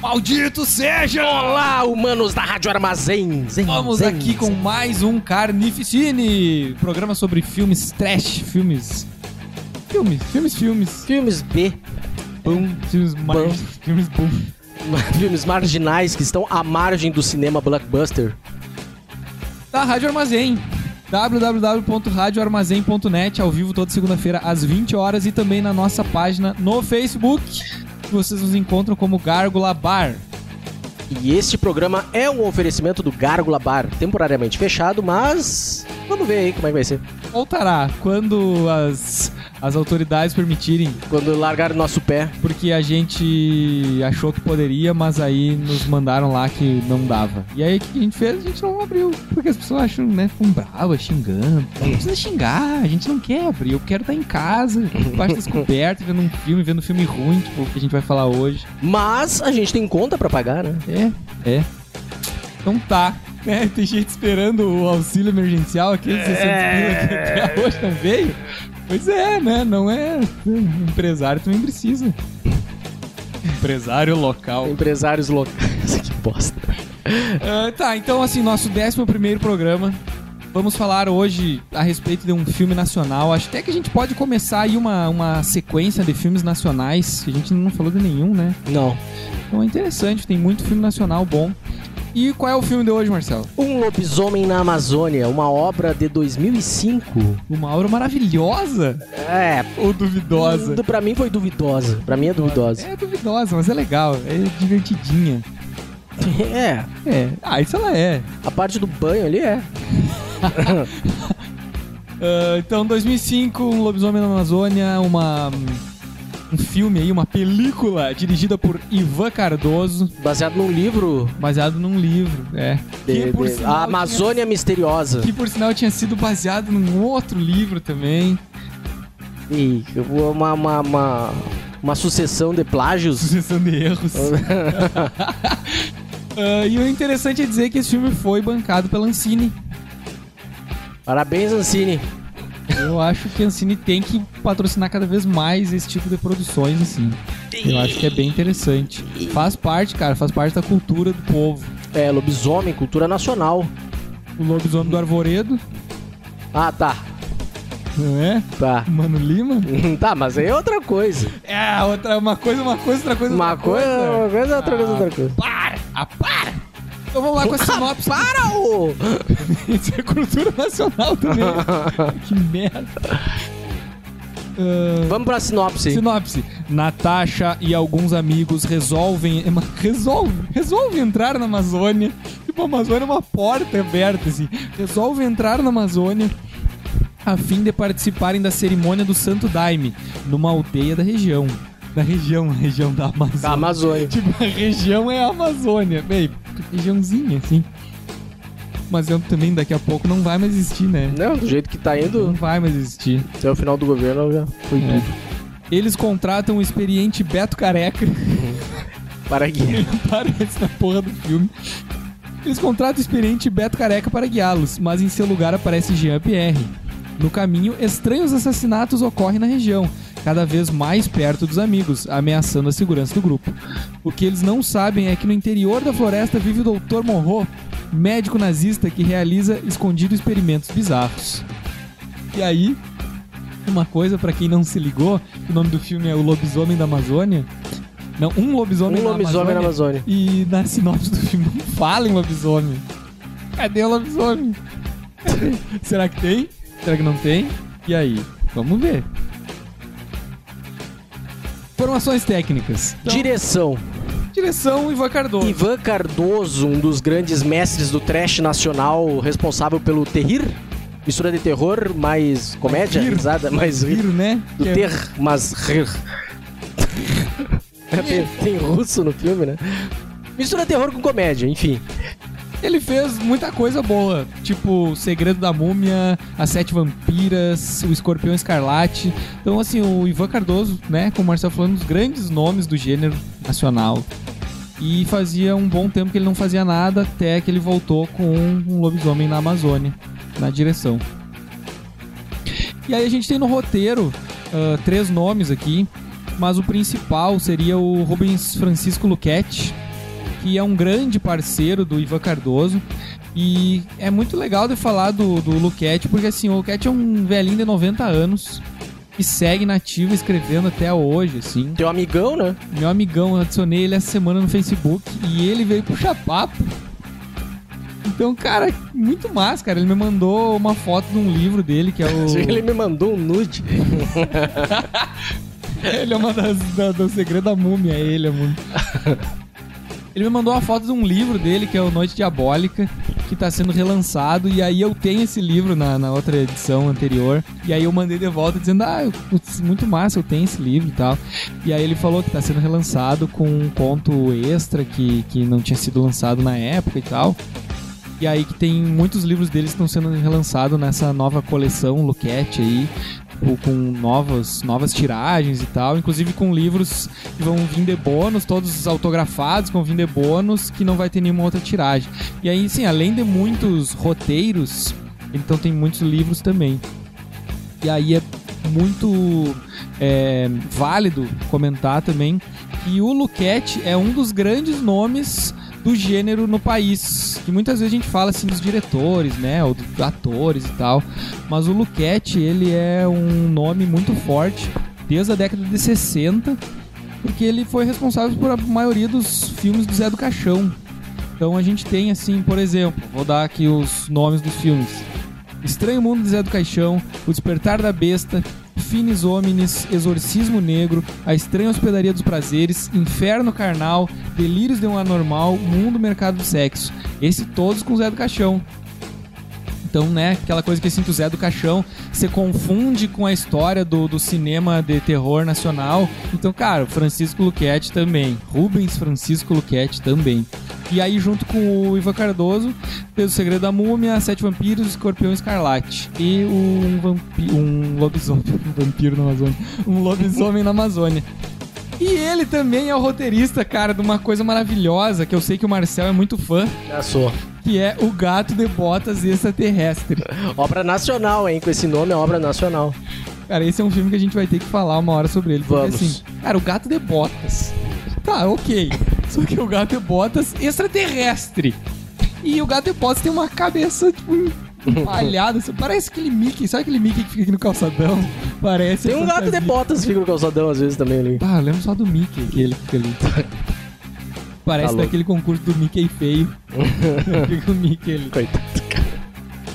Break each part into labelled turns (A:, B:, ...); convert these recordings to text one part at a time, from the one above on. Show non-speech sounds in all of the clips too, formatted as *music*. A: Maldito seja!
B: Olá, humanos da Rádio Armazém! Zen,
A: Vamos
B: zen,
A: aqui com
B: zen.
A: mais um Carnificine, programa sobre filmes trash, filmes... Filmes, filmes, filmes,
B: filmes B,
A: bom, filmes mar...
B: Bom.
A: filmes bom.
B: *laughs* filmes marginais que estão à margem do cinema blockbuster.
A: Da Rádio Armazém, www.radioarmazém.net, ao vivo toda segunda-feira às 20 horas e também na nossa página no Facebook, que vocês nos encontram como Gárgula Bar.
B: E este programa é um oferecimento do Gárgula Bar, temporariamente fechado, mas vamos ver aí como é que vai ser.
A: Voltará quando as, as autoridades permitirem
B: Quando largar nosso pé,
A: porque a gente achou que poderia, mas aí nos mandaram lá que não dava. E aí o que a gente fez? A gente não abriu. Porque as pessoas acham, né? Ficam bravas, xingando. Não precisa xingar, a gente não quer abrir. Eu quero estar em casa, debaixo das cobertas, vendo um filme, vendo um filme ruim, tipo, o que a gente vai falar hoje.
B: mas a gente tem conta pra pagar, né?
A: É, é. Então tá. né? tem gente esperando o auxílio emergencial, aqueles 600 mil que até hoje não veio. Pois é, né? Não é. Empresário também precisa. Empresário local.
B: Empresários locais, *laughs* que bosta.
A: Ah, tá, então assim, nosso 11 programa. Vamos falar hoje a respeito de um filme nacional. Acho até que a gente pode começar aí uma, uma sequência de filmes nacionais. A gente não falou de nenhum, né?
B: Não.
A: Então é interessante, tem muito filme nacional bom. E qual é o filme de hoje, Marcelo?
B: Um Lobisomem na Amazônia, uma obra de 2005.
A: Uma aura maravilhosa
B: É,
A: ou duvidosa?
B: Pra mim foi duvidosa. Pra mim é duvidosa.
A: É duvidosa, mas é legal, é divertidinha.
B: É.
A: É, ah, isso ela é.
B: A parte do banho ali é.
A: Ah, então, 2005, um lobisomem na Amazônia, uma um filme aí, uma película dirigida por Ivan Cardoso,
B: Baseado num livro
A: baseado num livro, é.
B: de,
A: por
B: de-
A: sinal,
B: A Amazônia Misteriosa.
A: tinha- que por sinal tinha sido baseado num outro livro também,
B: E uma, uma, uma, uma sucessão de plágios.
A: sucessão de
B: *laughs*
A: erros. Ah, e o interessante é dizer que esse filme foi bancado pela Ancine.
B: Parabéns, Ancine.
A: Eu acho que a Ancine tem que patrocinar cada vez mais esse tipo de produções, assim. Eu acho que é bem interessante. Faz parte, cara, faz parte da cultura do povo.
B: É, lobisomem, cultura nacional.
A: O lobisomem do arvoredo,
B: Ah, tá.
A: não é?
B: Tá. *laughs*
A: Mano Lima?
B: tá, mas aí é outra coisa.
A: É, outra, uma coisa, uma coisa, outra coisa,
B: Uma coisa, uma coisa, outra coisa, outra coisa.
A: Para! Ah, para! Então vamos lá com a sinopse.
B: Para, ô!
A: *laughs* Isso é cultura nacional também.
B: *laughs*
A: que merda. Ah,
B: Vamos pra sinopse.
A: Sinopse. Natasha e alguns amigos resolvem. *laughs* ema- Resolve, resolve entrar na Amazônia. Tipo, a Amazônia é uma porta aberta, assim. Resolve entrar na Amazônia a fim de participarem da cerimônia do Santo Daime, numa aldeia da região. Da região, região da Amazônia.
B: Da Amazônia.
A: Tipo, a região é a Amazônia. Bem, regiãozinha, assim. Mas eu também daqui a pouco não vai mais existir, né?
B: Não, do jeito que tá
A: Não
B: indo,
A: vai mais existir.
B: até o final do governo já foi
A: É.
B: tudo.
A: Eles contratam o experiente Beto Careca.
B: Para aqui.
A: Ele aparece na porra do filme. Eles contratam o experiente Beto Careca para guiá-los, mas em seu lugar aparece Jean Pierre. No caminho, estranhos assassinatos ocorrem na região, cada vez mais perto dos amigos, ameaçando a segurança do grupo. O que eles não sabem é que no interior da floresta vive o Dr. Monroe, médico nazista que realiza escondido experimentos bizarros. E aí, uma coisa pra quem não se ligou, o nome do filme é O Lobisomem da Amazônia. Não, um lobisomem,
B: Um lobisomem na
A: Amazônia.
B: Amazônia.
A: E na sinopse do filme não fala em lobisomem. Cadê o lobisomem? *laughs* Cadê? Será que tem? Será que não tem? E aí? Vamos ver. Formações técnicas. Então,
B: Direção.
A: direção Ivan Cardoso.
B: Ivan Cardoso, um dos grandes mestres do trash nacional, responsável pelo terrir, mistura de terror mais comédia,
A: rir.
B: risada, mais rir,
A: Viro, né?
B: do
A: Que é-
B: ter, mas *laughs* rir. tem, tem russo no filme, né? Mistura terror com comédia, enfim.
A: Ele fez muita coisa boa, tipo O Segredo da Múmia, As Sete Vampiras, O Escorpião Escarlate. Então, assim, o Ivan Cardoso, né, como o Marcelo falou, um dos grandes nomes do gênero nacional. E fazia um bom tempo que ele não fazia nada, até que ele voltou com um, um lobisomem na Amazônia, na direção. E aí a gente tem no roteiro ah, três nomes aqui, mas o principal seria o Rubens Francisco Luquete, que é um grande parceiro do Ivan Cardoso. E é muito legal de falar do, do Luquete, porque assim, o Luquete é um velhinho de 90 anos que segue nativo escrevendo até hoje, assim.
B: Teu amigão, né?
A: Meu amigão, eu adicionei ele essa semana no Facebook e ele veio puxar papo. Então, cara, muito massa, cara. Ele me mandou uma foto de um livro dele, que é
B: *laughs*
A: o.
B: Ele me mandou um nude.
A: Ele é uma das da, do segredo da múmia, ele, a múmia. Ele me mandou uma foto de um livro dele, que é o Noite Diabólica, que tá sendo relançado, e aí eu tenho esse livro na, na outra edição anterior, e aí eu mandei de volta dizendo, ah, putz, muito massa, eu tenho esse livro e tal. E aí ele falou que tá sendo relançado com um conto extra que, que não tinha sido lançado na época e tal. E aí que tem muitos livros deles que estão sendo relançados nessa nova coleção Luquete aí, tipo, com novas, novas tiragens e tal, inclusive com livros que vão vir de bônus, todos autografados com vir de bônus, que não vai ter nenhuma outra tiragem. E aí, sim, além de muitos roteiros, então tem muitos livros também. E aí é muito é, válido comentar também que o Luquete é um dos grandes nomes do gênero no país. Que muitas vezes a gente fala assim dos diretores, né? Ou dos atores e tal. Mas o Luquete, ele é um nome muito forte desde a década de 60, porque ele foi responsável por a maioria dos filmes do Zé do Caixão. Então a gente tem assim, por exemplo, vou dar aqui os nomes dos filmes. Estranho Mundo de Zé do Caixão, O Despertar da Besta, Finis Homines, Exorcismo Negro, A Estranha Hospedaria dos Prazeres, Inferno Carnal, Delírios de um Anormal, Mundo Mercado do Sexo. Esse todos com o Zé do Caixão. Então, né, aquela coisa que sinto o Zé do Caixão se confunde com a história do, do cinema de terror nacional. Então, cara, Francisco Luquete também. Rubens Francisco Luquete também. E aí, junto com o Ivan Cardoso, fez O Segredo da Múmia, Sete Vampiros, Escorpião Escarlate. E um, vampi um lobisomem. *laughs* Um vampiro na Amazônia. Um lobisomem na Amazônia. E ele também é o roteirista, cara, de uma coisa maravilhosa que eu sei que o Marcel é muito fã,
B: Já sou.
A: que é O Gato de Botas Extraterrestre.
B: Obra nacional, hein? Com esse nome é obra nacional.
A: Cara, esse é um filme que a gente vai ter que falar uma hora sobre ele. Porque
B: Vamos.
A: assim, cara, o gato de botas. Tá, ok. *laughs* Só que o gato de botas extraterrestre. E o gato de botas tem uma cabeça, tipo,
B: *laughs*
A: empalhada. assim, Parece aquele Mickey. Sabe aquele Mickey que fica aqui no calçadão? *laughs* Parece.
B: Tem um gato de
A: fantasia.
B: botas, fica no calçadão às vezes também ali.
A: Ah, eu lembro só do Mickey, aquele que fica
B: *laughs*
A: ali. Parece
B: Tá louco.
A: daquele concurso do Mickey feio.
B: *laughs*
A: *laughs* fica o Mickey ali.
B: Coitado, cara.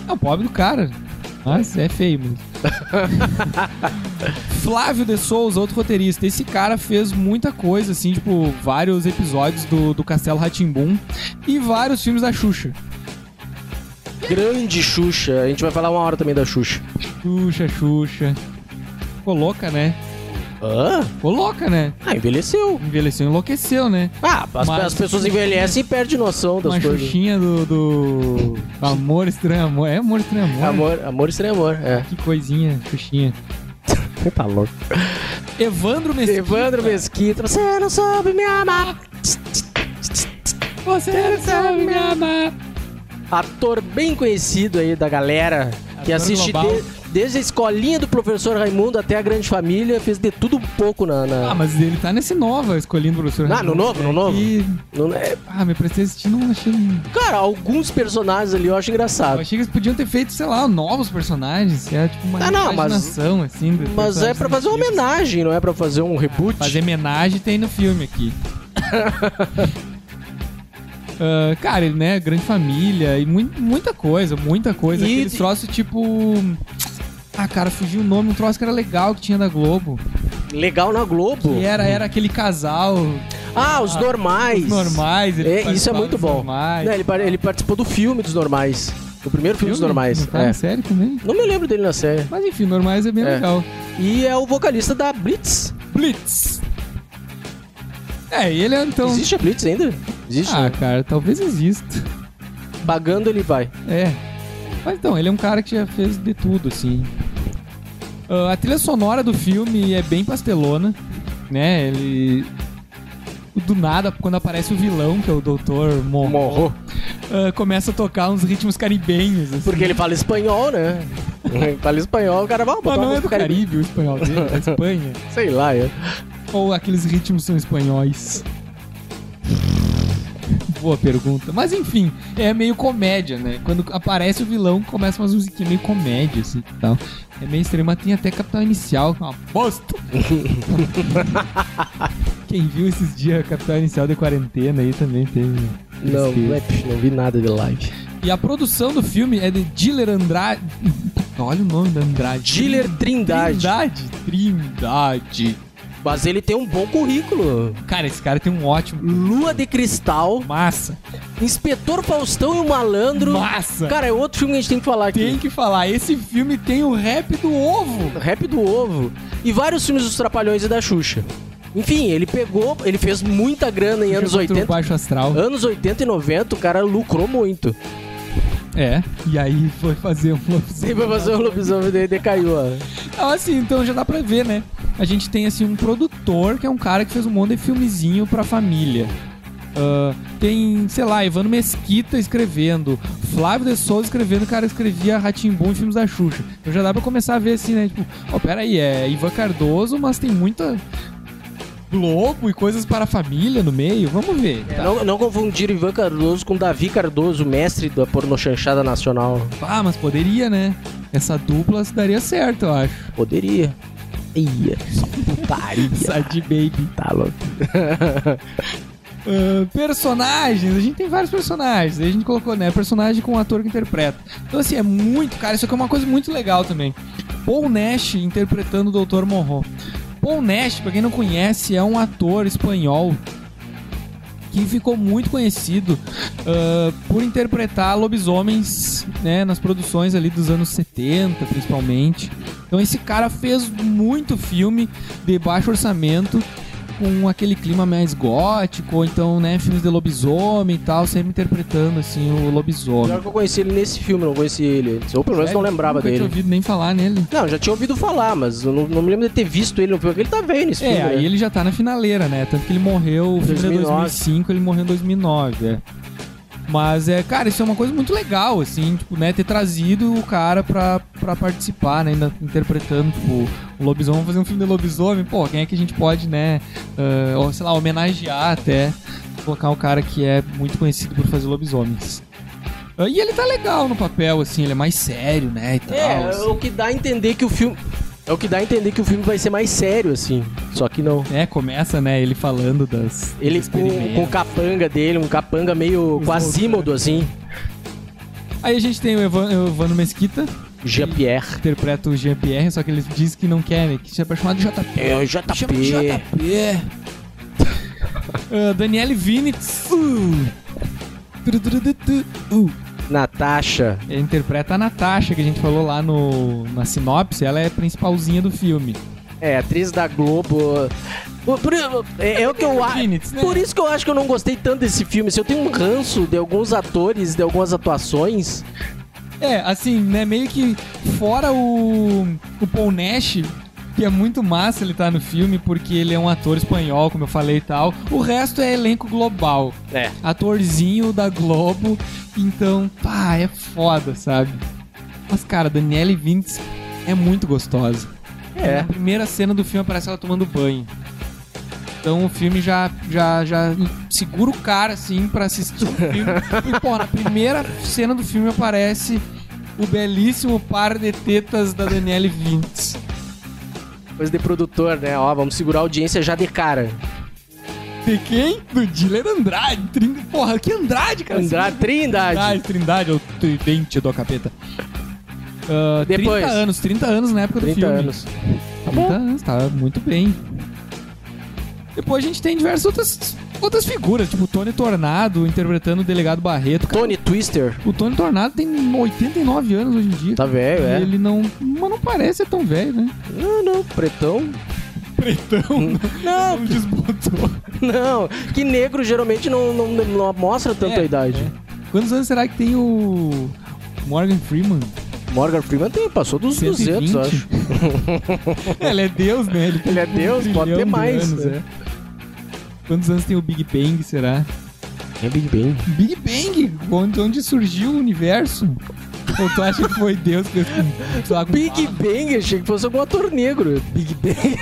A: Ah, o pobre do cara. Mas é feio mesmo. Flávio de Souza, outro roteirista. Esse cara fez muita coisa, assim, tipo, vários episódios do, do Castelo Ratimbum e vários filmes da Xuxa.
B: Grande Xuxa. A gente vai falar uma hora também da Xuxa.
A: Xuxa, Xuxa. Coloca, né?
B: Hã?
A: Coloca, né?
B: Ah, envelheceu.
A: Envelheceu, enlouqueceu, né?
B: Ah, as,
A: Mas-
B: as pessoas envelhecem e perdem noção das
A: Uma
B: coisas.
A: Xuxinha do, do. Amor Estranho Amor. É amor estranho amor.
B: Amor, amor estranho amor, é.
A: Que coisinha, Xuxinha.
B: Tá louco.
A: Evandro Mesquita.
B: Evandro Mesquita, você não soube me amar.
A: Você não sabe me amar.
B: Ator bem conhecido aí da galera que
A: Ator
B: assiste
A: global.
B: de- desde a escolinha do professor Raimundo até a grande família, fez de tudo um pouco na. na-
A: Ah, mas ele tá nesse nova, escolhendo o professor.
B: Ah, no novo, no novo.
A: E,
B: não- é,
A: ah, me prestei assistir, não achei. um-
B: cara, alguns personagens ali eu acho
A: Eu
B: engraçado.
A: achei que eles podiam ter feito, sei lá, novos personagens. É tipo uma
B: Ah, não, mas-
A: imaginação, assim. dos
B: Mas é
A: personagens
B: pra fazer uma
A: antigos.
B: homenagem, não é pra fazer um reboot.
A: né? Fazer homenagem tem no filme
B: *laughs*
A: aqui. Ah, cara, ele, né, grande família e mui- muita coisa, muita coisa.
B: E-
A: Aqueles troços tipo. Ah, cara, fugiu o nome, um troço que era legal que tinha da Globo.
B: Legal na Globo.
A: E era, era aquele casal,
B: Ah, os
A: Ah,
B: normais.
A: os normais. ele
B: É, isso é
A: participava
B: muito
A: dos
B: bom. Né,
A: normais.
B: Não, ele, par- ele participou do filme dos normais. Do primeiro filme, dos normais.
A: Ah,
B: É.
A: sério também?
B: Não me lembro dele na série.
A: Mas enfim, normais é bem
B: É.
A: legal.
B: E é o vocalista da Blitz.
A: Blitz! É, ele é então.
B: Existe a Blitz ainda? Existe?
A: Ah,
B: né?
A: cara, talvez exista.
B: Pagando ele vai.
A: É. Mas então, ele é um cara que já fez de tudo, assim. Ah, a trilha sonora do filme é bem pastelona, né? Ele. Do nada, quando aparece o vilão, que é o Dr. Mon,
B: Morro.
A: ah, começa a tocar uns ritmos caribenhos. Assim.
B: Porque ele fala espanhol, né? ele fala espanhol, o cara vai
A: Mas
B: botar
A: não é
B: uma
A: do
B: cara-
A: Caribe, o espanhol dele,
B: *laughs*
A: é da Espanha.
B: Sei lá, é.
A: Ou aqueles ritmos são espanhóis. boa pergunta. Mas enfim, é meio comédia, né? Quando aparece o vilão, começa umas musiquinhas meio comédia, assim e tal. É meio estranho, mas tem até Capital Inicial, que é uma
B: *laughs*
A: bosta. Quem viu esses dias Capital Inicial de quarentena aí também teve. um
B: Não, é,
A: tristeza.
B: não vi nada de live.
A: E a produção do filme é de Diller Andrade. Olha o nome da Andrade.
B: Diller Trindade.
A: Trindade. Trindade.
B: Mas ele tem um bom currículo.
A: Cara, esse cara tem um ótimo.
B: Lua de Cristal,
A: Massa.
B: Inspetor Faustão e o Malandro.
A: Massa.
B: Cara, é outro filme que a gente tem que falar aqui.
A: Tem que falar, esse filme tem o rap do ovo.
B: Rap do Ovo. E vários filmes dos Trapalhões e da Xuxa. Enfim, ele pegou, ele fez muita grana em anos
A: Jogou tudo
B: 80.
A: Baixo astral.
B: Anos 80 e 90, o cara lucrou muito.
A: É. E aí foi fazer um *laughs*
B: Sempre pra fazer o lobisomem daí decaiu, ó.
A: Então, assim, então já dá pra ver, né? A gente tem, assim, um produtor, que é um cara que fez um monte de filmezinho pra família. Ah, tem, sei lá, Ivano Mesquita escrevendo, Flávio de Souza escrevendo, o cara escrevia Ratimbum e filmes da Xuxa. Então já dá pra começar a ver, assim, né? Tipo, ó, peraí, é Ivan Cardoso, mas tem muita. Globo e coisas para a família no meio, vamos ver. tá?
B: Não, não confundir Ivan Cardoso com Davi Cardoso, mestre da pornochanchada nacional.
A: Ah, mas poderia, né? Essa dupla se daria certo, eu acho.
B: Poderia. Ia, só putaria.
A: Sad Baby.
B: tá louco.
A: Ah, personagens, a gente tem vários personagens. Aí a gente colocou, né? Personagem com o ator que interpreta. Então, assim, é muito, cara, isso aqui é uma coisa muito legal também. Paul Nash interpretando o Dr. Monroe. Paul Nash, pra quem não conhece, é um ator espanhol que ficou muito conhecido ah, por interpretar lobisomens né, nas produções ali dos anos 70, principalmente. Então esse cara fez muito filme de baixo orçamento com aquele clima mais gótico, ou então, né, filmes de lobisomem e tal, sempre interpretando, assim, o lobisomem.
B: Pior que eu conheci ele nesse filme, não conheci ele antes. Ou pelo menos não lembrava
A: Nunca tinha
B: dele.
A: ouvido nem falar nele.
B: Não, já tinha ouvido falar, mas eu não, não me lembro de ter visto ele no filme. porque Ele tá velho nesse filme.
A: É, aí
B: né?
A: ele já tá na finaleira, né? Tanto que ele morreu, o filme é
B: 2009.
A: 2005, ele morreu em 2009, é. Mas, é, cara, isso é uma coisa muito legal, assim, tipo, né, ter trazido o cara pra, pra participar, né, ainda interpretando, tipo, o lobisomem, fazer um filme de lobisomem, pô, quem é que a gente pode, né, ah, ou, sei lá, homenagear até, colocar um cara que é muito conhecido por fazer lobisomens. Ah, E ele tá legal no papel, assim, ele é mais sério, né, e tal.
B: É,
A: assim.
B: o que dá a entender que o filme. É o que dá a entender que o filme vai ser mais sério, assim. Só que não.
A: É, começa, né, ele falando das...
B: Ele
A: dos
B: com, com o
A: experimentos.
B: capanga dele, um capanga meio
A: Os
B: quasímodo, assim.
A: Aí a gente tem o Evan- o Evandro Mesquita,
B: Jean-Pierre.
A: interpreta o JPR, só que ele diz que não quer, né? Que isso é pra chamar de JP.
B: É, o
A: Chama de
B: JP.
A: JP. Ah, Daniele Vinitz. Uh. Turururutu. Uh.
B: Natasha.
A: Ele interpreta a Natasha, que a gente falou lá no, na sinopse. Ela é a principalzinha do filme.
B: É, atriz da Globo. Por- por- é, é o que eu acho.
A: Vinitz, né?
B: Por isso que eu acho que eu não gostei tanto desse filme. Se eu tenho um ranço de alguns atores, de algumas atuações,
A: É, assim, né? Meio que fora o, o Paul Nash, que é muito massa ele tá no filme, porque ele é um ator espanhol, como eu falei e tal. O resto é elenco global.
B: É.
A: Atorzinho da Globo. Então, pá, é foda, sabe? Mas, cara, Daniele Vintes é muito gostosa.
B: É.
A: Na primeira cena do filme aparece ela tomando banho. Então o filme já, já, já segura o cara, assim, pra assistir o filme. E, pô, na primeira cena do filme aparece o belíssimo par de tetas da Daniele Vintes.
B: coisa de produtor, né? Ó, vamos segurar a audiência já de cara.
A: De quem? Do Diler Andrade. Trind... Porra, que Andrade, cara?
B: Andrade Trindade.
A: Trindade, Trindade, é o tridente do capeta. Ah,
B: Depois.
A: 30 anos, 30 anos na época do
B: 30
A: filme.
B: anos.
A: Tá
B: bom.
A: 30 anos, tá muito bem. Depois a gente tem diversas outras, outras figuras, tipo o Tony Tornado interpretando o delegado Barreto. Cara,
B: Tony Twister.
A: O Tony Tornado tem 89 anos hoje em dia.
B: Tá velho,
A: E *laughs*
B: é.
A: Ele não. Mas não parece ser tão velho, né?
B: Não, não, pretão.
A: Pretão,
B: Não,
A: *laughs* não desbotou.
B: não. Que negro geralmente não, não, não mostra tanto
A: É,
B: a idade.
A: Quantos anos será que tem o. Morgan Freeman?
B: Morgan Freeman tem, passou dos 200,
A: 120?
B: acho.
A: *laughs* Ele é Deus, né? tem
B: Ele é Deus, pode
A: trilhão de
B: ter mais,
A: anos,
B: né?
A: é. Quantos anos tem o Big Bang, será?
B: É bem bem.
A: Big Bang? Onde, onde surgiu o universo? Ou tu acha que foi Deus que fez com saco? *laughs*
B: Big Bang, eu achei que fosse algum ator negro. Big Bang,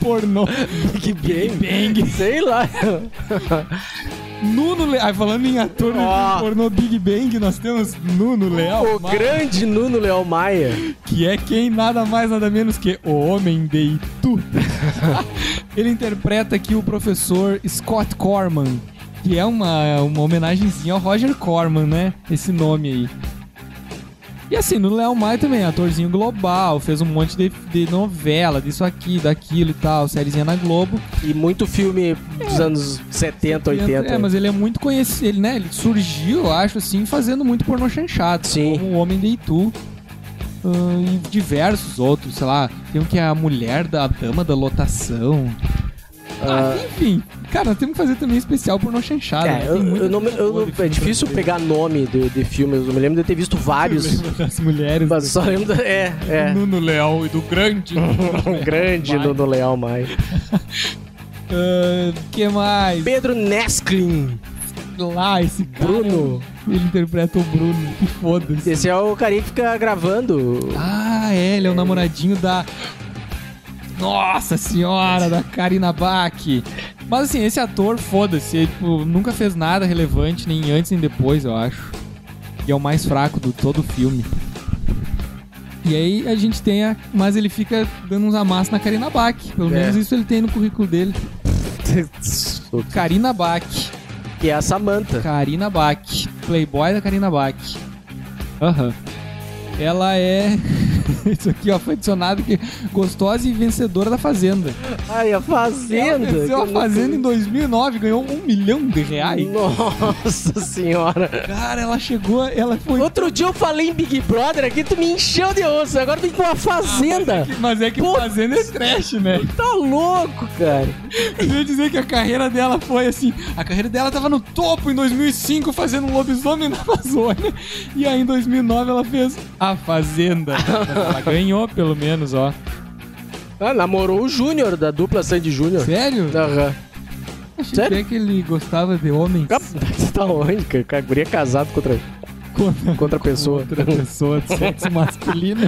A: pornô.
B: *laughs* Big Bang, sei lá.
A: Nuno Leal. Ai, falando em ator
B: Ó.
A: pornô Big Bang, nós temos Nuno Leal,
B: Ah. o grande Nuno Leal Maia.
A: que é quem nada mais nada menos que o homem de Itu. Ele interpreta aqui o professor Scott Corman, que é uma, uma homenagenzinha ao Roger Corman, né? Esse nome aí. E assim, no Léo Maia também, atorzinho global, fez um monte de, de novela, disso aqui, daquilo e tal, sériezinha na Globo.
B: E muito filme dos anos 70, 80.
A: É, mas ele é muito conhecido, ele, né? Ele surgiu, eu acho, assim, fazendo muito pornô chanchado.
B: Sim.
A: Como o Homem de Itu. ah, e diversos outros, sei lá. Tem um que é a mulher da dama da lotação. Ah,
B: Ah.
A: enfim. Cara, nós temos que fazer também um especial pornô chanchado. né?
B: É,
A: Tem
B: eu,
A: muita
B: eu não, me-
A: coisa
B: eu
A: boa
B: não-
A: de
B: é
A: filme
B: difícil
A: brasileiro.
B: pegar nome de, de filmes. Eu me lembro de ter visto vários.
A: Lembra *laughs* Das mulheres.
B: Mas só lembro. da- É, é.
A: Nuno Leal e do grande.
B: Um grande
A: Maia.
B: Nuno Leal Maia.
A: *laughs* Ah, que mais?
B: Pedro Nesklin.
A: Lá, esse cara.
B: Bruno.
A: Ele interpreta o Bruno. Que foda-se.
B: Esse é o carinha que fica gravando.
A: Ah, é, ele é o namoradinho da. Nossa senhora, da Karina Bach. Mas assim, esse ator, foda-se, ele, tipo, nunca fez nada relevante, nem antes nem depois, eu acho. E é o mais fraco do todo o filme. E aí a gente tem a. Mas ele fica dando uns amassos na Karina Bach. Pelo
B: É.
A: menos isso ele tem no currículo dele. Karina Bach.
B: Que é a Samantha.
A: Karina Bach. Playboy da Karina Bach. Aham. Ela é. *laughs* Isso aqui, ó, foi adicionado que gostosa e vencedora da Fazenda.
B: Ai, a
A: Ela
B: Fazenda. que
A: venceu a
B: eu nunca-
A: Fazenda em 2009, ganhou um milhão de reais.
B: Nossa senhora.
A: Cara, ela chegou, ela foi.
B: Outro dia eu falei em Big Brother aqui, tu me encheu de osso. Agora vem com a Fazenda.
A: Mas é que
B: Putz.
A: Fazenda é trash, né?
B: Tá louco, cara.
A: Eu ia dizer que a carreira dela foi assim. A carreira dela tava no topo em 2005 fazendo um lobisomem na Amazônia. E aí em 2009 ela fez A Fazenda. ela ganhou, pelo menos, ó.
B: Ah, namorou o Júnior, da dupla Sandy Júnior.
A: Sério?
B: Aham.
A: Achei
B: Sério?
A: até que ele gostava de homens
B: Ah, Você *laughs* tá onde, cara? A guria é casado contra,
A: contra
B: contra a pessoa.
A: outra pessoa do sexo
B: *laughs*
A: masculino.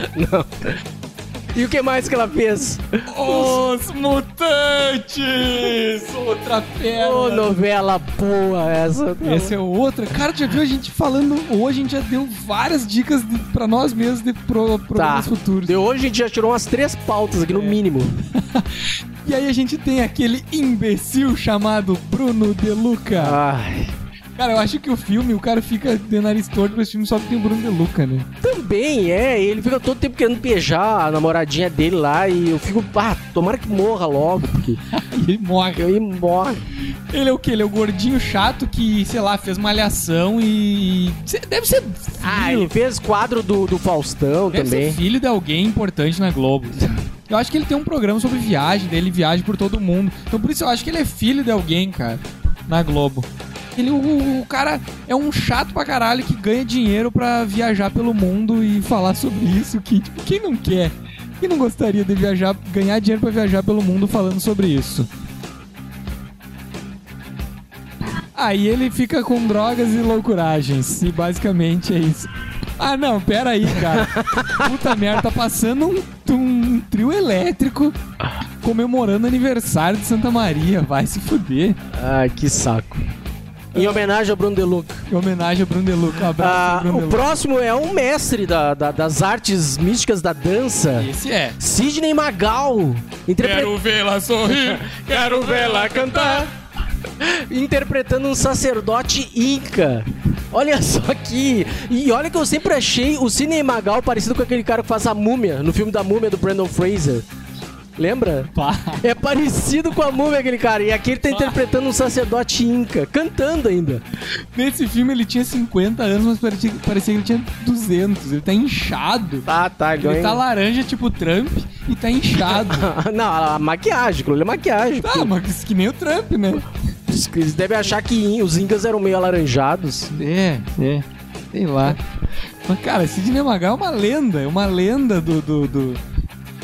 B: E o que mais que ela fez?
A: Os mutantes! Outra
B: Ô,
A: perna!
B: novela boa essa.
A: Essa é outra. Cara, tu já viu a gente falando hoje? A gente já deu várias dicas de, pra nós mesmos de pro,
B: Tá.
A: programas futuros.
B: De hoje a gente já tirou umas três pautas aqui, no
A: É.
B: mínimo.
A: E aí a gente tem aquele imbecil chamado Bruno De
B: Ah.
A: Luca.
B: Ai.
A: Cara, eu acho que o filme, o cara fica de nariz torto pra esse filme só porque tem o Bruno De Luca, né?
B: Também é, ele fica todo tempo querendo beijar a namoradinha dele lá e eu fico, ah, tomara que morra logo, porque
A: E ele morre.
B: eu ia morre.
A: Ele é o quê? Ele é o gordinho chato que, sei lá, fez malhação e. Cê- Deve ser. Filho,
B: Ah, ele fez quadro do, do Faustão
A: deve
B: também.
A: ser filho de alguém importante na Globo. Eu acho que ele tem um programa sobre viagem, daí ele viaja por todo mundo. Então por isso eu acho que ele é filho de alguém, cara, na Globo. Ele, o, o cara é um chato pra caralho que ganha dinheiro pra viajar pelo mundo e falar sobre isso, que, tipo, quem não quer? Quem não gostaria de viajar, ganhar dinheiro pra viajar pelo mundo falando sobre isso? Aí ele fica com drogas e loucuragens. E basicamente é isso. Ah, não, pera aí, cara. Puta merda, tá passando um, um trio elétrico comemorando aniversário de Santa Maria. Vai se fuder.
B: Ai, que saco. Em homenagem ao Bruno Deluca.
A: Em homenagem ao Bruno Deluca. Um abraço,
B: Ah,
A: Bruno
B: o
A: Deluca.
B: próximo é um mestre da- da- das artes místicas da dança.
A: Esse é.
B: Sidney Magal. interpre-
A: vê-la sorrir, quero vê-la cantar.
B: Interpretando um sacerdote inca. Olha só aqui. E olha que eu sempre achei o Sidney Magal parecido com aquele cara que faz a múmia, no filme da múmia do Brandon Fraser. Lembra? É parecido com a múmia aquele cara. E aqui ele
A: Ah.
B: tá interpretando um sacerdote inca, cantando ainda.
A: Nesse filme ele tinha 50 anos, mas parecia, parecia que ele tinha 200. Ele tá inchado.
B: Tá, tá,
A: Ele tá laranja tipo Trump e tá inchado.
B: *laughs* Não, a maquiagem, aquilo ali é maquiagem.
A: tá, mas que nem o Trump, né?
B: Eles devem achar que in- os incas eram meio alaranjados.
A: É, é. Sei lá. Mas, cara, Sidney Magal é uma lenda. É uma lenda do, do, do-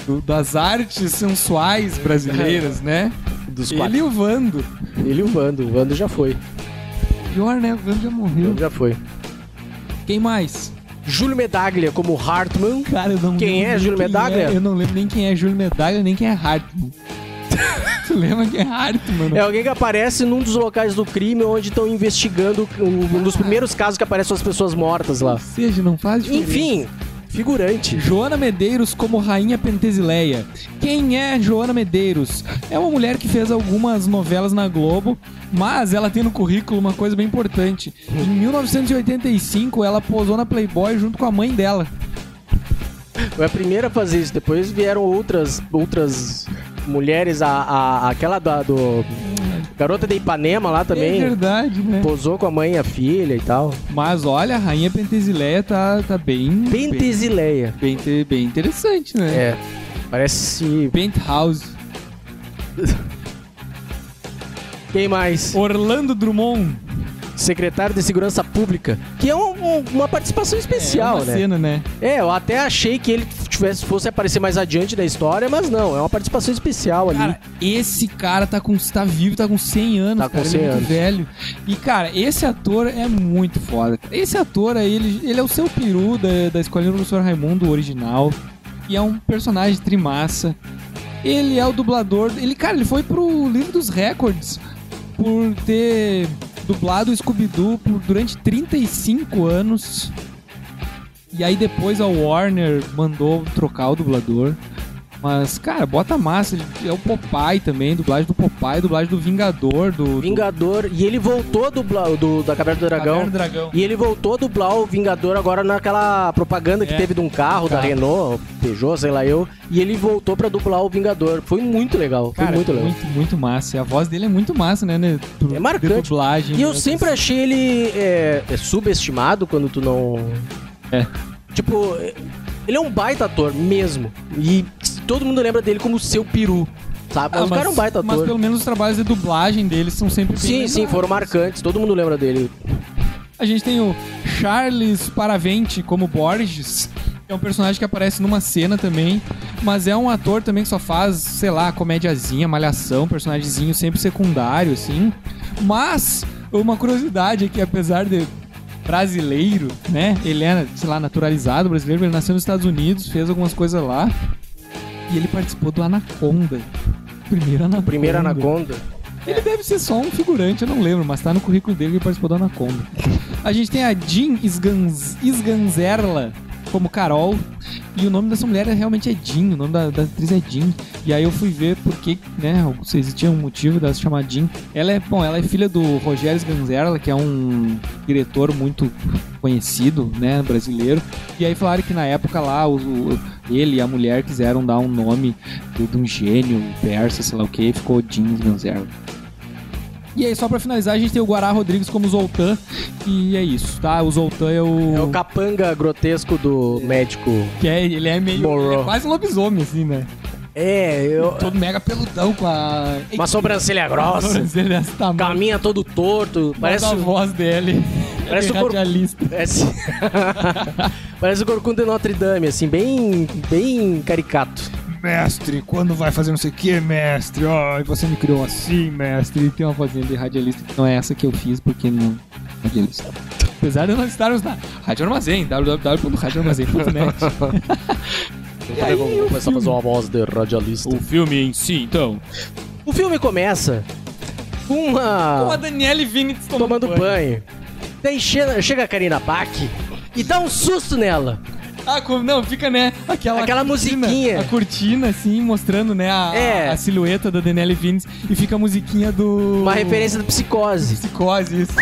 A: do- das artes sensuais brasileiras, né?
B: Dos
A: Ele
B: É. quatro.
A: e o Vando.
B: Ele e o Vando. O Vando já foi.
A: Pior, né? O Vando já
B: O
A: morreu.
B: Vando já foi.
A: Quem mais?
B: Júlio Medaglia como Hartman.
A: Cara, eu não
B: Quem
A: lembro
B: é
A: nem
B: Júlio
A: quem
B: Medaglia?
A: é. eu não lembro nem quem é Júlio Medaglia, nem quem é Hartman. *laughs* tu lembra quem é Hartman?
B: É alguém que aparece num dos locais do crime onde estão investigando o- um dos primeiros casos que aparecem as pessoas mortas
A: Ou
B: lá.
A: seja, não faz diferença.
B: Enfim, figurante.
A: Joana Medeiros como Rainha Pentesileia. Quem é Joana Medeiros? É uma mulher que fez algumas novelas na Globo, mas ela tem no currículo uma coisa bem importante. Em 1985, ela posou na Playboy junto com a mãe dela.
B: Foi a primeira a fazer isso. Depois vieram outras outras mulheres, a, a- aquela da, do Garota de Ipanema lá
A: É
B: também.
A: verdade, né?
B: Posou com a mãe e a filha e tal.
A: Mas olha, a Rainha Pentesileia tá, tá bem...
B: Pentesileia.
A: Bem, bem, bem interessante, né?
B: É. Parece.
A: Penthouse.
B: Quem mais?
A: Orlando Drummond.
B: Secretário de Segurança Pública. Que é um- um- uma participação especial,
A: é uma
B: né?
A: cena, né?
B: É, eu até achei que ele tivesse fosse aparecer mais adiante da história, mas não, é uma participação especial ali.
A: Cara, esse cara tá com tá vivo, tá com 100 anos,
B: Tá com
A: cara,
B: 100
A: ele é muito
B: anos.
A: velho. E cara, esse ator é muito foda. Esse ator aí, ele, ele é o seu peru da, da escolinha do professor Raimundo original e é um personagem trimassa. Ele é o dublador, ele cara, ele foi pro livro dos recordes por ter dublado o Scooby-Doo por- durante 35 anos. E aí depois a Warner mandou trocar o dublador. Mas, cara, bota massa. ele- É o Popeye também, dublagem do Popeye, dublagem do Vingador, do... do
B: Vingador, e ele voltou a dublar o do, da Caverna do Dragão.
A: Caverna do Dragão.
B: E ele voltou a dublar o Vingador agora naquela propaganda que
A: É,
B: teve de um carro, da
A: carro.
B: Renault, Peugeot, sei lá eu. E ele voltou pra dublar o Vingador. Foi muito legal, foi
A: Cara,
B: muito legal.
A: muito, muito massa. E a voz dele é muito massa, né? né? Pro-
B: É marcante.
A: de dublagem,
B: E eu
A: né?
B: sempre achei ele é, é subestimado quando tu não.
A: É.
B: Tipo, ele é um baita ator mesmo. E todo mundo lembra dele como seu peru. Sabe?
A: Ah,
B: mas o cara é um baita
A: mas
B: ator.
A: pelo menos os trabalhos de dublagem deles são sempre bem
B: Sim, sim,
A: lembrados.
B: foram marcantes. Todo mundo lembra dele.
A: A gente tem o Charles Paravente como Borges. que É um personagem que aparece numa cena também, mas é um ator também que só faz, sei lá, comédiazinha, malhação, personagemzinho sempre secundário, assim. Mas, uma curiosidade é que apesar de brasileiro, né, ele é, sei lá, naturalizado brasileiro, ele nasceu nos Estados Unidos, fez algumas coisas lá, e ele participou do Anaconda. Primeiro Anaconda.
B: Primeiro Anaconda.
A: Ele deve ser só um figurante, eu não lembro, mas tá no currículo dele que ele participou da Anaconda. A gente tem a Jean Isganz, Isganzerla como Carol. E o nome dessa mulher é- realmente é Jean, o nome da, da atriz é Jean. E aí eu fui ver porque, né, se existia um motivo dela se chamar Jean. Ela é, bom, ela é filha do Rogério Isganzerla, que é um diretor muito conhecido, né, brasileiro. E aí falaram que na época lá, o- o- ele e a mulher quiseram dar um nome de, de um gênio persa, sei lá o que, e ficou Jean Isganzerla. E aí, só pra finalizar, a gente tem o Guará Rodrigues como Zoltan. E é isso, tá? O Zoltan é o.
B: É o capanga grotesco do médico.
A: que é, ele é meio.
B: Morro.
A: Ele é quase um lobisomem, assim, né?
B: É, eu.
A: Todo mega peludão com a.
B: Uma sobrancelha grossa.
A: Ele desse tamanho.
B: Caminha todo torto. Parece,
A: Mas a tá voz dele.
B: Parece
A: É bem
B: o corpo-
A: radialista.
B: parece... *laughs* parece o Corcunda de Notre Dame, assim, bem, bem caricato.
A: Mestre, quando vai fazer não sei o que, mestre? Ó, e você me criou assim, mestre. E tem uma vozinha de radialista que não é essa que eu fiz, porque não. é Radialista. Apesar de nós estarmos na Rádio Armazém, www.radioarmazém.net. E aí,
B: Vou Então começar a fazer uma voz de radialista.
A: *laughs* O filme em si, então.
B: O filme começa com
A: Com a
B: uma.
A: Daniele Vinitz tomando,
B: tomando banho. Daí chega, chega a Karina Bach e dá um susto nela.
A: Ah, como- não, fica, né? Aquela,
B: Aquela
A: cortina,
B: musiquinha.
A: A cortina, assim, mostrando, né? A,
B: É.
A: a silhueta da Daniele Vinitz. E fica a musiquinha do.
B: Uma referência da psicose.
A: Psicose, isso.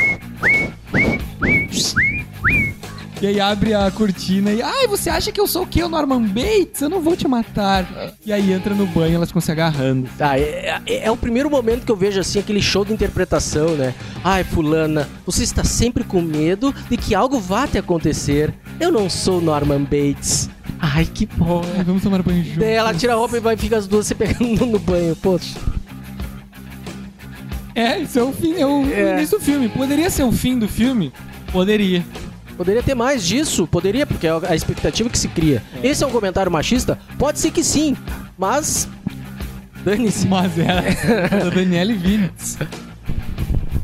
A: E aí abre a cortina e. Ai, você acha que eu sou o quê? O Norman Bates? Eu não vou te matar. E aí entra no banho elas ficam se agarrando.
B: Ah, é, é- é o primeiro momento que eu vejo assim aquele show de interpretação, né? Ai, fulana, você está sempre com medo de que algo vá te acontecer. Eu não sou Norman Bates. Ai, que bom.
A: Ai, vamos tomar banho juntos.
B: Daí ela tira a roupa e vai ficar as duas se pegando *laughs* no banho. Poxa.
A: É, isso é o fim. É o
B: É.
A: início do filme. Poderia ser o fim do filme? Poderia.
B: Poderia ter mais disso? Poderia, porque é a expectativa que se cria. Esse é um comentário machista? Pode ser que sim, mas. Dane-se.
A: Mas
B: *laughs*
A: era da Daniele Vinitz.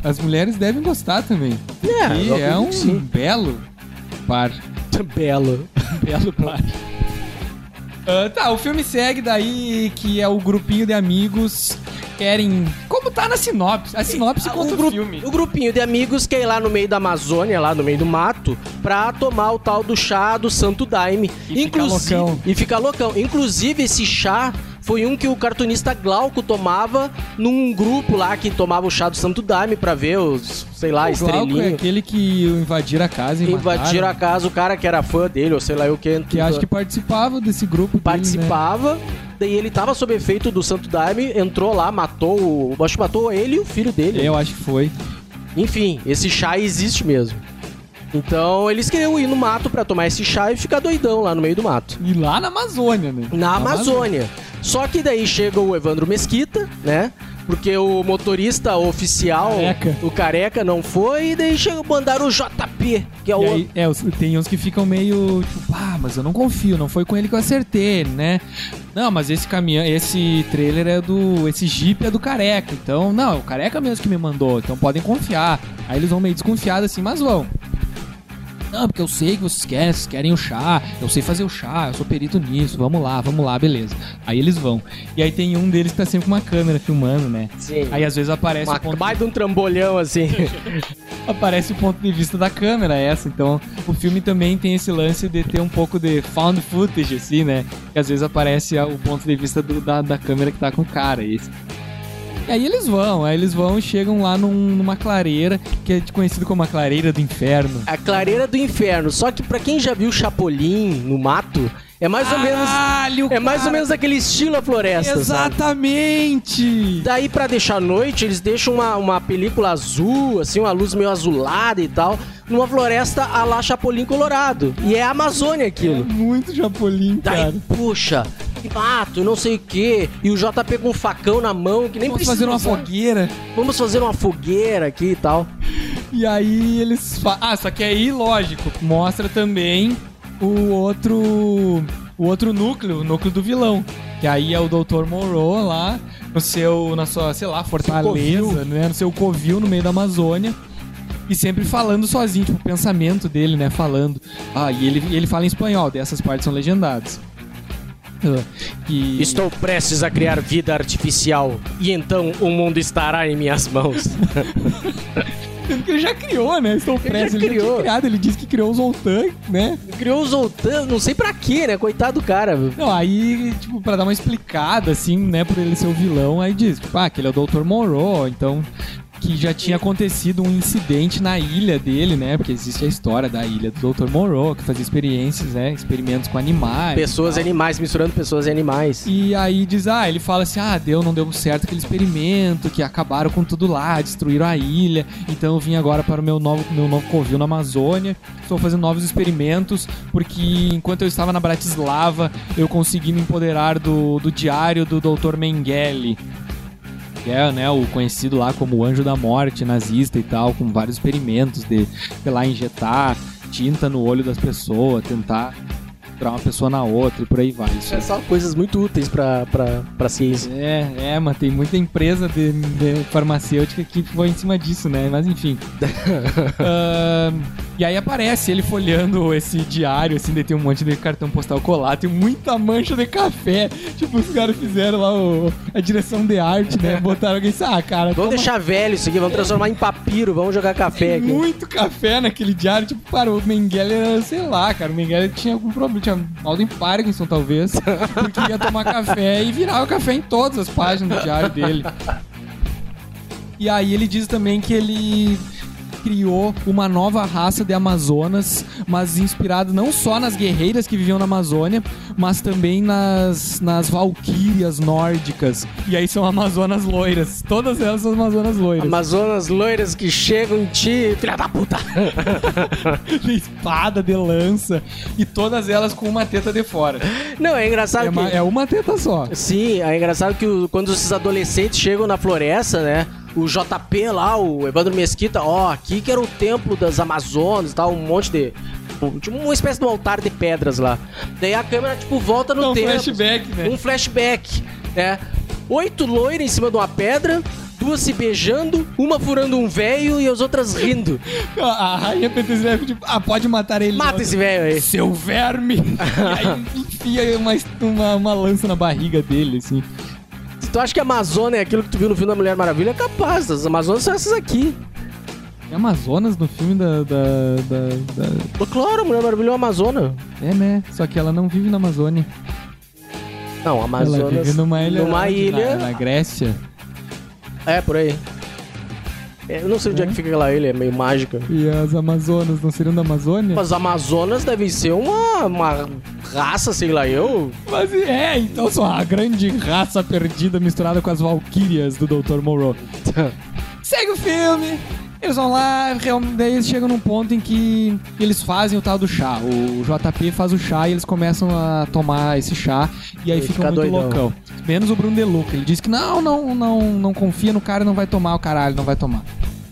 A: As mulheres devem gostar também.
B: É,
A: e
B: eu
A: é
B: acredito
A: um
B: que sim.
A: belo Par.
B: Belo.
A: Belo par. Ah, tá, o filme segue daí que é o grupinho de amigos querem. Como tá na sinopse? A sinopse
B: Ah,
A: conta o,
B: gru-
A: um filme.
B: o grupinho de amigos quer ir lá no meio da Amazônia, lá no meio do mato, pra tomar o tal do chá do Santo Daime.
A: E ficar loucão.
B: E ficar loucão. Inclusive, esse chá foi um que o cartunista Glauco tomava num grupo lá que tomava o chá do Santo Daime pra ver os, sei lá,
A: O Glauco é
B: estrelinho.
A: aquele que invadiram a casa e
B: Ah, Invadiram
A: mataram,
B: a casa, o cara que era fã dele, ou sei lá, eu que
A: Que acho que participava desse grupo dele, né?
B: participava. Daí ele tava sob efeito do Santo Daime, entrou lá, matou o. Acho que matou ele e o filho dele.
A: Eu acho que foi.
B: Enfim, esse chá existe mesmo. Então eles queriam ir no mato pra tomar esse chá e ficar doidão lá no meio do mato.
A: E lá na Amazônia, né?
B: Na Amazônia. Só que daí chega o Evandro Mesquita, né? Porque o motorista oficial,
A: Careca.
B: o careca, não foi. E daí chega, mandaram o JP, que é o
A: E aí, é, os- tem uns que ficam meio tipo, ah, mas eu não confio, não foi com ele que eu acertei, né? Não, mas esse caminhão, esse trailer é do. Esse jeep é do careca, então, não, é o careca mesmo que me mandou, então podem confiar. Aí eles vão meio desconfiados assim, mas vão. Não, porque eu sei que vocês querem, vocês querem o chá, eu sei fazer o chá, eu sou perito nisso, vamos lá, vamos lá, beleza. Aí eles vão. E aí tem um deles que tá sempre com uma câmera filmando, né?
B: Sim.
A: Aí às vezes aparece
B: uma,
A: o ponto
B: mais de um trambolhão assim.
A: aparece o ponto de vista da câmera essa, então o filme também tem esse lance de ter um pouco de found footage, assim, né? Que às vezes aparece a- o ponto de vista do- da, da câmera que tá com o cara, esse. E aí eles vão, aí eles vão e chegam lá num- numa clareira, que é conhecido como a clareira do inferno.
B: A clareira do inferno. Só que pra quem já viu Chapolin no mato, é mais ou menos.
A: Caralho,
B: É
A: Ah,
B: mais ou
A: cara,
B: menos aquele estilo a floresta. sabe?
A: Exatamente!
B: Daí, pra deixar à noite, eles deixam uma, uma película azul, assim, uma luz meio azulada e tal, numa floresta a lá Chapolin Colorado. E é a Amazônia aquilo.
A: Muito Chapolin,
B: Daí,
A: cara.
B: puxa, mato, não sei o quê. E o JP com um facão na mão, que nem
A: Vamos
B: precisa.
A: fazer uma
B: usar.
A: fogueira.
B: Vamos fazer uma fogueira aqui e tal.
A: E aí eles. Fa... Ah, só que aí, lógico, mostra também o outro. O outro núcleo, o núcleo do vilão. Que aí é o Dr. Moreau lá, no seu. na sua, sei lá, fortaleza,
B: covil.
A: né? No seu covil no meio da Amazônia. E sempre falando sozinho, tipo, o pensamento dele, né? Falando. Ah, e ele, e ele fala em espanhol, dessas partes são legendadas. Ah, E...
B: Estou prestes a criar vida artificial, e então o mundo estará em minhas mãos.
A: Sendo que ele já criou, né? Estou preso, ele já
B: criou.
A: tinha criado, ele disse que criou o Zoltan, né?
B: *laughs* Criou o Zoltan, não sei pra quê, né? Coitado do cara.
A: Não, aí, tipo, pra dar uma explicada, assim, né, por ele ser o vilão, aí diz, tipo, ah, que ele é o Dr. Monroe, então que já tinha acontecido um incidente na ilha dele, né, porque existe a história da ilha do Dr. Monroe, que fazia experiências, né, experimentos com animais.
B: Pessoas e animais, misturando pessoas e animais.
A: E aí diz, ah, ele fala assim, ah, deu, não deu certo aquele experimento, que acabaram com tudo lá, destruíram a ilha, então eu vim agora para o meu novo, meu novo covil na Amazônia, estou fazendo novos experimentos, porque enquanto eu estava na Bratislava, eu consegui me empoderar do, do diário do Dr. Mengele, que é, né, o conhecido lá como o Anjo da Morte, nazista e tal, com vários experimentos de, sei lá, injetar tinta no olho das pessoas, tentar curar uma pessoa na outra e por aí vai. Isso
B: É só coisas muito úteis pra, pra, pra ciência.
A: é, é, mas tem muita empresa de, de farmacêutica que foi em cima disso, né? Mas enfim. Ahn, e aí aparece ele folhando esse diário, assim, daí tem um monte de cartão postal colado, tem muita mancha de café. Tipo, os caras fizeram lá o- a direção de arte, né? Botaram alguém e disse, ah, cara,
B: Vamos
A: toma
B: deixar velho isso aqui, vamos transformar em papiro, vamos jogar café
A: tem
B: aqui.
A: muito café naquele diário. Tipo, cara, o Mengele era, sei lá, cara, o Mengele tinha algum problema, tinha mal em Parkinson, talvez, porque ia tomar café e virava café em todas as páginas do diário dele. E aí ele diz também que ele criou uma nova raça de Amazonas, mas inspirado não só nas guerreiras que viviam na Amazônia, mas também nas, nas valquírias nórdicas. E aí são Amazonas loiras. Todas elas são Amazonas loiras.
B: Amazonas loiras que chegam em ti, filha da *laughs* puta.
A: *laughs* de espada, de lança, e todas elas com uma teta de fora.
B: Não, é engraçado
A: É
B: que...
A: uma, é uma teta só.
B: Sim, é engraçado que o- quando esses adolescentes chegam na floresta, né? O JP lá, o Evandro Mesquita, ó, aqui que era o templo das Amazonas e tal, um monte de. um- Tipo uma espécie de um altar de pedras lá. Daí a câmera, tipo, volta no
A: É um
B: tempo.
A: flashback, né?
B: Um flashback, né? Oito loiras em cima de uma pedra, duas se beijando, uma furando um véio e as outras rindo.
A: *laughs* A rainha Petersburg, tipo, ah, pode matar ele.
B: um- Mata esse véio
A: *laughs*
B: aí.
A: Seu
B: *laughs*
A: verme! e aí enfia uma, uma, uma lança na barriga dele, assim.
B: Se tu acha que a Amazônia é aquilo que tu viu no filme da Mulher Maravilha, é capaz. As Amazonas são essas aqui.
A: É Amazonas no filme da, da, da- da-
B: Mas Claro, a Mulher Maravilha é uma Amazona.
A: É, né? Só que ela não vive na Amazônia.
B: Não, a Amazonas.
A: ela vive numa ilha.
B: Numa
A: onde? Na-
B: ilha.
A: Na, Grécia.
B: É, por aí. É, Eu não sei onde é que fica aquela ilha, é meio mágica.
A: E as Amazonas não seriam da Amazônia?
B: Mas as Amazonas devem ser uma, uma raça, sei lá,
A: *laughs*
B: eu.
A: Mas é, então só a grande raça perdida misturada com as valquírias do Dr. Monroe. Segue o filme! Eles vão lá, real- daí eles chegam num ponto em que eles fazem o tal do chá. O JP faz o chá e eles começam a tomar esse chá e aí
B: Ele
A: ficam
B: fica
A: muito
B: doidão.
A: loucão. Menos o Bruno De Luca. Ele diz que não, não, não, não confia no cara e não vai tomar o caralho, não vai tomar.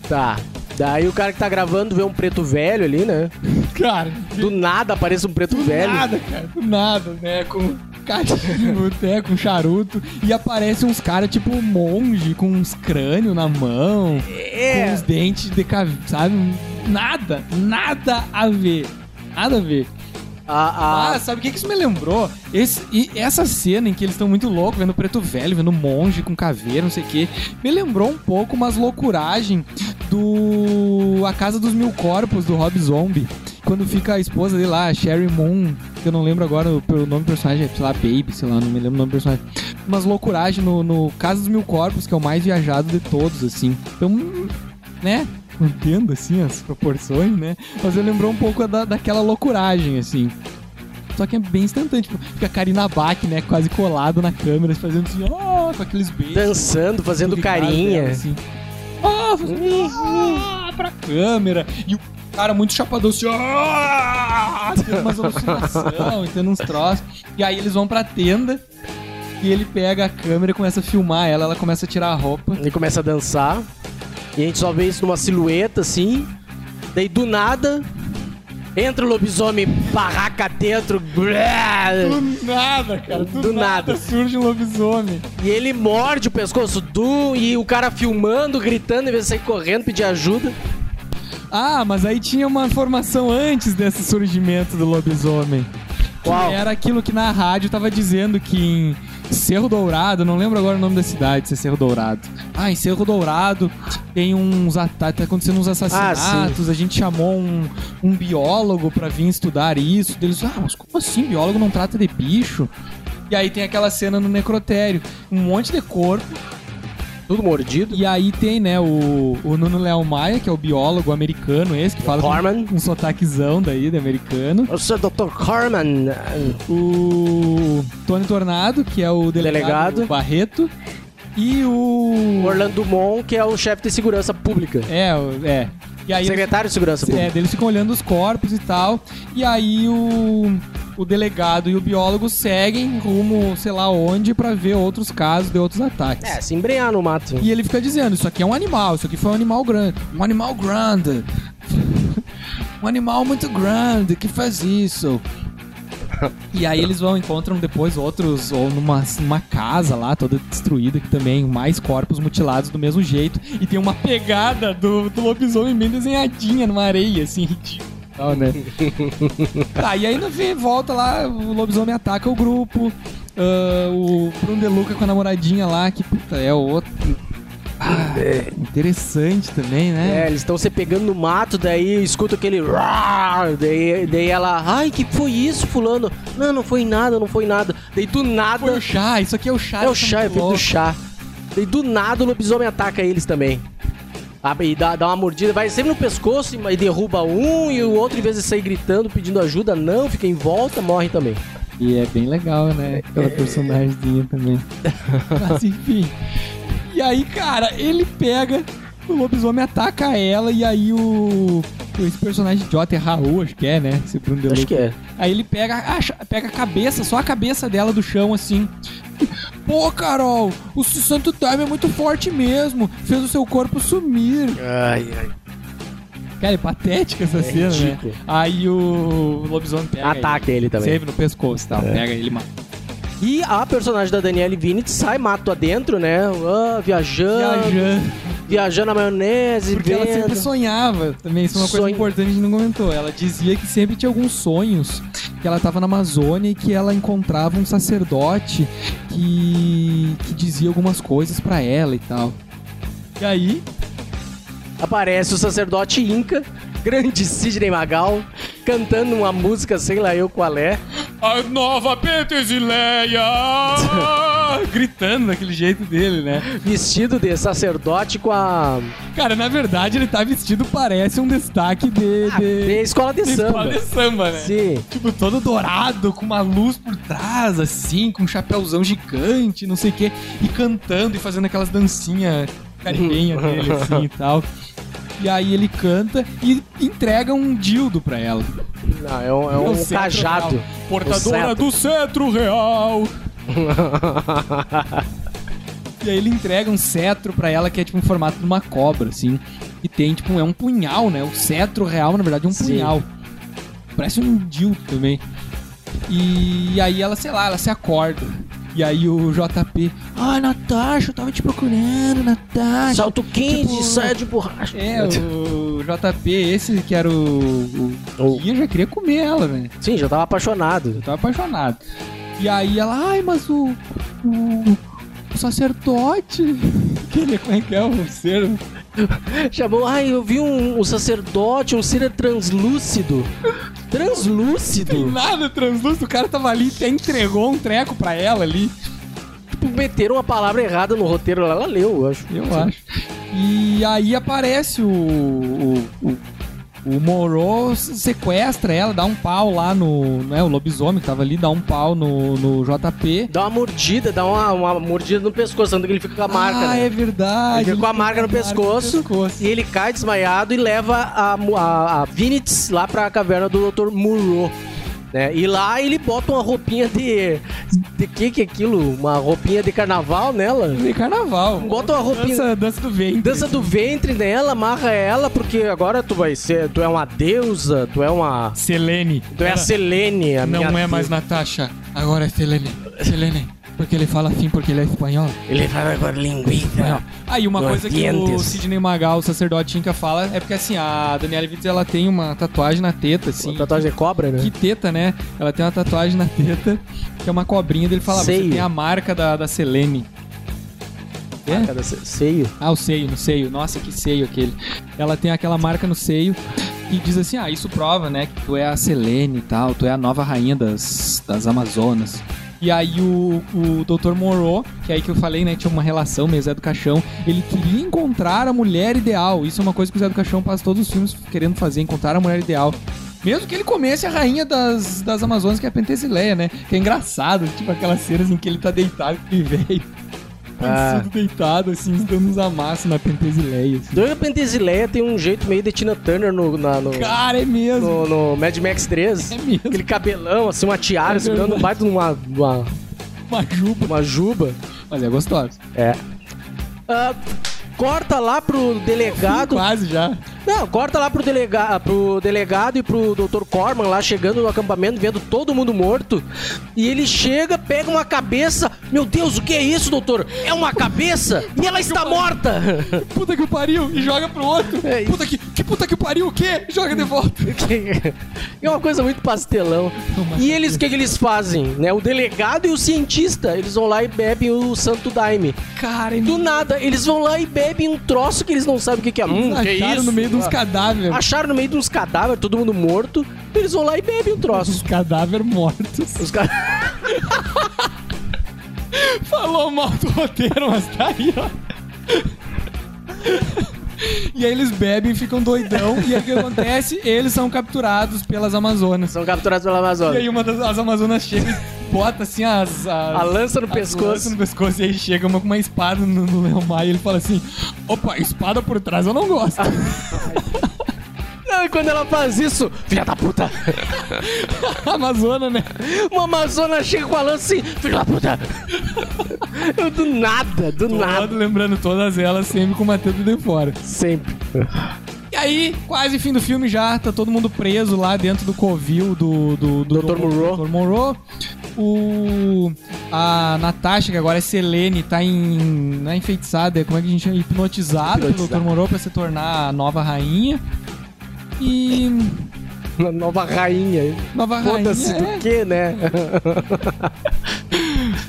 B: tá. Daí o cara que tá gravando vê um preto velho ali, né?
A: Cara,
B: Do nada aparece um preto velho.
A: nada, cara. Do nada, né? Com cachimbo, *laughs* né? Com charuto. E aparecem uns caras, tipo, um monge, com uns crânios na mão, com
B: É.
A: uns dentes decav... sabe? Nada, nada a ver. Nada a ver.
B: A,
A: Ah,
B: a-
A: sabe o que, que isso me lembrou? Esse, e essa cena em que eles estão muito loucos, vendo o preto velho, vendo o monge com caveira, não sei o quê, me lembrou um pouco umas loucuragem do A Casa dos Mil Corpos, do Rob Zombie. Quando fica a esposa dele lá, a Sherry Moon, que eu não lembro agora o, o nome do personagem, é, sei lá, Baby, sei lá, não me lembro o nome do personagem. Umas loucuragem no, no Casa dos Mil Corpos, que é o mais viajado de todos, assim. Então, né? Mantendo, assim, as proporções, né? Mas eu lembrou um pouco da, daquela loucuragem, assim. Só que é bem instantâneo, tipo, fica a Karina Bach, né, quase colado na câmera, fazendo assim, ó, com aqueles beijos.
B: dançando, fazendo
A: Tudo dela,
B: carinha. Uhum.
A: assim. Ah, fazendo, ah, pra câmera. E o cara muito chapadão, assim, ah, tendo umas alucinação, tendo uns troços. E aí eles vão pra tenda, e ele pega a câmera e começa a filmar ela, ela começa a tirar a roupa.
B: Ele começa a dançar. E a gente só vê isso numa silhueta, assim. Daí do nada. Entra o lobisomem, barraca dentro. blá,
A: *laughs* Do nada, cara, do,
B: Do
A: nada
B: nada.
A: surge um lobisomem.
B: E ele morde o pescoço do. E o cara filmando, gritando, em vez de sair correndo, pedir ajuda.
A: Ah, mas aí tinha uma informação antes desse surgimento do lobisomem. Que
B: Qual?
A: era aquilo que na rádio tava dizendo que em Cerro Dourado, não lembro agora o nome da cidade, se é Cerro Dourado. Ah, em Cerro Dourado tem uns ataques, tá acontecendo uns assassinatos, a gente chamou um, um biólogo pra vir estudar isso. Eles, ah, mas como assim? Biólogo não trata de bicho? E aí tem aquela cena no necrotério, um monte de corpo
B: Tudo mordido.
A: e aí tem, né, o, o Nuno Léo Maia, que é o biólogo americano, esse que fala
B: Corman.
A: com um sotaquezão daí, de americano.
B: Eu sou o Dr. Corman.
A: O Tony Tornado, que é o delegado,
B: Delegado.
A: Barreto. E o...
B: Orlando Mon, que é o chefe de segurança pública.
A: É, o- é. E aí eles,
B: Secretário de segurança
A: é,
B: pública.
A: daí eles ficam olhando os corpos e tal. E aí o, o delegado e o biólogo seguem rumo, sei lá onde, pra ver outros casos de outros ataques.
B: É, se embrenhar no mato.
A: E ele fica dizendo, isso aqui é um animal, isso aqui foi um animal grande. Um animal grande. um animal muito grande que faz isso. E aí eles vão, encontram depois outros, ou numa, numa casa lá, toda destruída, que também, mais corpos mutilados do mesmo jeito. E tem uma pegada do, do lobisomem bem desenhadinha numa areia, assim, ridícula. e tal, né? tá, e aí no fim volta lá, o lobisomem ataca o grupo. ah, o Bruno De Luca com a namoradinha lá, que puta, é outro. Ah, interessante também, né?
B: É, eles estão se pegando no mato, daí escuta aquele. "Rar", Daí, daí ela. Ai, que foi isso, Fulano? Não, não foi nada, não foi nada. Daí do nada.
A: Foi o chá, isso aqui é o chá.
B: É o
A: eles são
B: chá, é
A: muito
B: feito do
A: loucos.
B: chá. Daí do nada o lobisomem ataca eles também. Ah, E dá, dá uma mordida, vai sempre no pescoço e derruba um e o outro, em vez de sair gritando, pedindo ajuda, não, fica em volta, morre também.
A: E é bem legal, né?
B: É.
A: Aquela personagemzinha também. *laughs* Mas enfim. E aí, cara, ele pega, o lobisomem ataca ela e aí o. Esse personagem idiota é Raul, acho que é, né? Esse Bruno Deluca.
B: Acho que é.
A: Aí ele pega, a cha- pega a cabeça, só a cabeça dela do chão, assim. Pô, Carol, o Santo Time é muito forte mesmo. Fez o seu corpo sumir.
B: Ai, ai.
A: Cara, é patética essa
B: É
A: cena,
B: ridículo.
A: né? Aí o lobisomem pega. ele.
B: Ataca ele também. É.
A: Sempre no pescoço e tal. Pega ele, mano.
B: E a personagem da Danielle Vinitz sai mato adentro, né? Ah, viajando,
A: Viajando.
B: viajando na maionese,
A: Porque ela
B: vendo.
A: sempre sonhava também. Isso é uma coisa
B: Sonho.
A: importante que a gente não comentou. Ela dizia que sempre tinha alguns sonhos. Que ela tava na Amazônia e que ela encontrava um sacerdote que, que dizia algumas coisas pra ela e tal. E aí,
B: Aparece o sacerdote Inca, grande Sidney Magal, cantando uma música, sei lá eu qual é.
A: A nova Petesileia! *laughs* Gritando daquele jeito dele, né?
B: Vestido de sacerdote com a.
A: Cara, na verdade ele tá vestido, parece um destaque de.
B: Ah, de escola de
A: de escola
B: samba.
A: de samba, né?
B: Sim.
A: Tipo, *laughs* todo dourado, com uma luz por trás, assim, com um chapéuzão gigante, não sei o quê, e cantando e fazendo aquelas dancinhas caribenha dele, assim e tal. E aí ele canta e entrega um dildo pra ela.
B: Não, é um, é um
A: O cetro
B: cajado.
A: real. Portadora do
B: Um cetro.
A: cetro
B: *laughs*
A: real. e aí ele entrega um cetro pra ela que é tipo um formato de uma cobra, assim. E tem tipo, é um punhal, né? O cetro real, na verdade, é um
B: Sim.
A: punhal. Parece um dildo também. E aí ela, sei lá, ela se acorda. E aí o JP, ah, Natasha, eu tava te procurando, Natasha.
B: Salto 15,
A: Tipo-
B: saia de borracha.
A: É, o JP, esse que era o. o...
B: O-
A: Gui, eu já queria comer ela, velho.
B: Sim, já tava apaixonado.
A: Eu tava apaixonado. E aí ela, ai, mas o. o, o sacerdote. *laughs* Aquele, como é que é o ser?
B: Chamou, ai, eu vi um, um sacerdote, um ser translúcido.
A: Tem *laughs*
B: Translúcido?
A: nada translúcido, o cara tava ali, até entregou um treco pra ela ali,
B: Tipo, meteram uma palavra errada no roteiro, ela leu, eu acho.
A: eu
B: Sim.
A: acho. E aí aparece o. o, o o Moro sequestra ela, dá um pau lá no. Né, o lobisomem que tava ali, dá um pau no, no JP.
B: Dá uma mordida, dá uma, uma mordida no pescoço, tanto que ele fica com a marca.
A: ah,
B: né?
A: é verdade.
B: Ele fica com a marca no pescoço.
A: pescoço. é
B: E ele cai desmaiado e leva a, mu- a, a Vinitz lá pra caverna do Dr. Murrow. Né? E lá ele bota uma roupinha de. De que que é aquilo? Uma roupinha de carnaval nela?
A: De carnaval.
B: Bota uma roupinha.
A: Dança, dança do ventre.
B: um Dança do ventre nela, amarra ela, porque agora tu vai ser. Tu é uma deusa, tu é uma.
A: Selene.
B: Tu é a Selene, a minha.
A: Não é mais
B: deusa.
A: Natasha, agora é Selene. Selene, porque ele fala assim porque ele é espanhol.
B: Ele fala com a linguiça.
A: espanhol. Aí uma
B: Los
A: coisa que o
B: É. dientes.
A: Sidney Magal, o sacerdote Inca, fala é porque assim, a Daniela Vitz, ela tem uma tatuagem na teta, assim.
B: Uma Tatuagem de cobra, né?
A: Que teta, né? Ela tem uma tatuagem na teta, que é uma cobrinha dele fala, você
B: Seio.
A: tem a marca da, da Selene. É?
B: Cada se- seio.
A: Ah, o seio, no seio. Nossa, que seio aquele. Ela tem aquela marca no seio e diz assim: ah, isso prova, né? Que tu é a Selene e tal, tu é a nova rainha das, das Amazonas. E aí o, o Dr. Moreau, que é aí que eu falei, né? Tinha uma relação meio Zé do Caixão, ele queria encontrar a mulher ideal. Isso é uma coisa que o Zé do Caixão passa todos os filmes querendo fazer, encontrar a mulher ideal. Mesmo que ele comece a rainha das, das Amazonas, que é a Pentesileia, né? Que é engraçado, tipo aquelas cenas em que ele tá deitado com o velho
B: Ah.
A: tudo deitado, assim, dando uns amassos na pentesileia. assim.
B: Dona Pentesileia tem um jeito meio de Tina Turner no, na- no,
A: Cara, é mesmo.
B: no, no Mad Max 3.
A: É mesmo.
B: Aquele cabelão, assim, uma tiara,
A: É
B: segurando um
A: verdade.
B: baita de uma, uma,
A: Uma juba.
B: uma juba.
A: Mas é gostoso.
B: É. corta lá pro delegado.
A: Quase já.
B: Não, corta lá pro, delega, pro delegado e pro Dr. Corman lá chegando no acampamento, vendo todo mundo morto. E ele chega, pega uma cabeça. Meu Deus, o que é isso, doutor? É uma cabeça? E ela está morta!
A: Puta que o pariu e joga pro outro.
B: É isso.
A: puta que, que puta que o pariu o quê? Joga de volta.
B: *laughs* É uma coisa muito pastelão. E eles, o que, que eles fazem? Né? O delegado e o cientista, eles vão lá e bebem o santo daime.
A: Cara, é
B: Do nada, eles vão lá e bebem um troço que eles não sabem o que, que é. Hum, que
A: acharam
B: isso?
A: no meio de uns
B: Ah.
A: cadáveres.
B: Acharam no meio de uns cadáveres, todo mundo morto. Eles vão lá e bebem o
A: Os
B: troço.
A: cadáveres mortos.
B: Os caras.
A: Falou mal do roteiro, mas tá aí, ó. E aí eles bebem, ficam doidão. E aí o que acontece? Eles são capturados pelas Amazonas.
B: *laughs* São capturados pela
A: E
B: Amazônia.
A: aí uma das as Amazonas chega e bota assim as. as
B: A lança no
A: as lanças
B: pescoço.
A: no pescoço e aí chega uma com uma espada no, no Léo Maia e ele fala assim: opa, espada por trás eu não gosto. *laughs*
B: Não, e quando ela faz isso, filha da puta! *laughs*
A: Amazona, né?
B: Uma Amazona chega com a lança assim, filha da puta! *laughs* Eu do nada, do
A: Lado,
B: nada,
A: lembrando todas elas sempre com uma teta de fora.
B: sempre.
A: E aí, quase fim do filme já, tá todo mundo preso lá dentro do covil do, do, do
B: Dr. Monroe.
A: Dr. Monroe. O. a Natasha, que agora é Selene, tá em. Não é enfeitiçada, como é que a gente chama? Hipnotizada pelo Dr.
B: Hipnotizada.
A: Moro pra se tornar a nova rainha. E.
B: Uma Nova rainha.
A: Nova rainha.
B: Foda-se do
A: é,
B: que, né?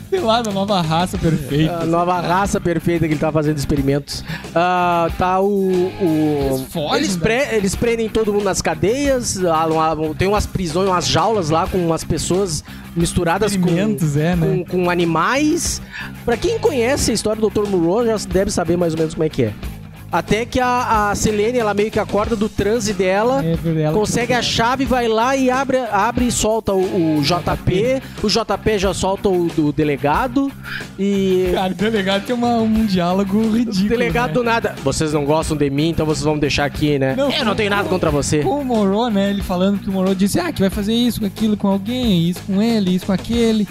A: sei lá, da nova raça
B: A
A: perfeita.
B: nova raça perfeita que ele tá fazendo experimentos. Ah, tá o. o-
A: Eles fogem
B: eles,
A: da-
B: pre- eles prendem todo mundo nas cadeias. ah, lá- Tem umas prisões, umas jaulas lá com umas pessoas misturadas com,
A: Experimentos, é, né?
B: com, com animais. Pra quem conhece a história do Dr. Moreau, já deve saber mais ou menos como é que é. Até que a, a Selene, ela meio que acorda do transe dela.
A: É, por ela-
B: Consegue a chave, vai lá e abre, abre e solta o, o JP. O JP já solta o do delegado. E
A: Cara, o delegado tem uma- um diálogo ridículo.
B: o delegado
A: né?
B: do nada. Vocês não gostam de mim, então vocês vão me deixar aqui, né?
A: Não,
B: eu não tenho nada contra você.
A: Com o Moro, né? Ele falando que o Moro disse, ah, que vai fazer isso com aquilo com alguém, isso com ele, isso com aquele.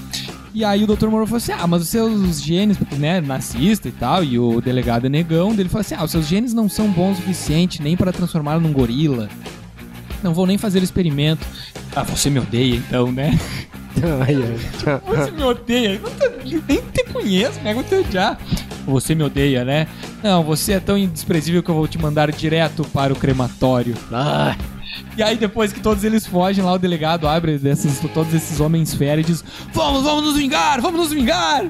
A: E aí o Dr. Moro falou assim, ah, mas os seus genes, porque, né, narcisista e tal, e o delegado é negão, dele falou assim, ah, os seus genes não são bons o suficiente nem para transformar num gorila. Não vou nem fazer o experimento. Ah, você me odeia então, né?
B: *laughs*
A: *laughs*
B: Ai, ai.
A: Você me odeia? Eu não- nem te conheço, né? Vou te odiar. Você me odeia, né? Não, você é tão desprezível que eu vou te mandar direto para o crematório.
B: Ai.
A: E aí depois que todos eles fogem lá, o delegado abre dessas, todos esses homens fera e diz Vamos, vamos nos vingar, vamos nos vingar!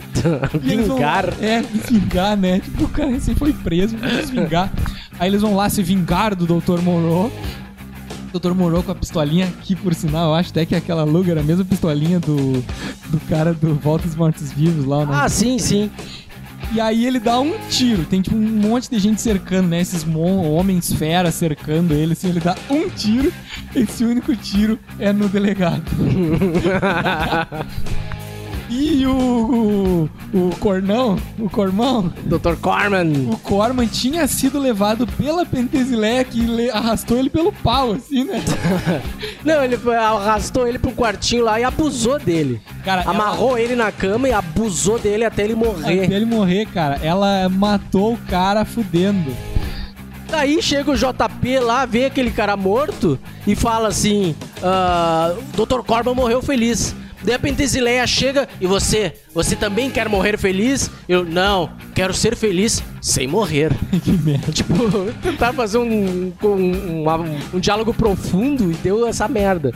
A: E eles vão lá-
B: Vingar.
A: é, vingar, né? Tipo, o cara recém foi preso, vamos se vingar. Aí eles vão lá se vingar do Dr. Moreau. Dr. Moreau com a pistolinha aqui, por sinal, eu acho até que é aquela Luger, a mesma pistolinha do, do cara do Volta dos Mortos Vivos lá, né?
B: Ah, sim, sim.
A: E aí ele dá um tiro. Tem tipo um monte de gente cercando, né? Esses mon- homens feras cercando ele. Assim, ele dá um tiro. *laughs* Esse único tiro é no
B: *laughs*
A: delegado. e o, o, o Cornão, o Cormão,
B: Dr. Corman.
A: o Corman tinha sido levado pela Pentesilé que le- arrastou ele pelo pau, assim,
B: *laughs*
A: né?
B: Não, ele foi- arrastou ele pro quartinho lá e abusou dele.
A: Cara,
B: Amarrou ele na cama e abusou dele até ele
A: Até
B: morrer.
A: ele morrer, cara. Ela matou o cara fudendo. *laughs*
B: Daí chega o JP lá, vê aquele cara morto e fala assim: ah, Dr. Corman morreu feliz. De repente Zileia chega e você, você também quer morrer feliz? Eu, não, quero ser feliz sem morrer. *laughs*
A: que merda.
B: Tipo, tentar fazer um, um, um- um diálogo profundo e deu essa merda.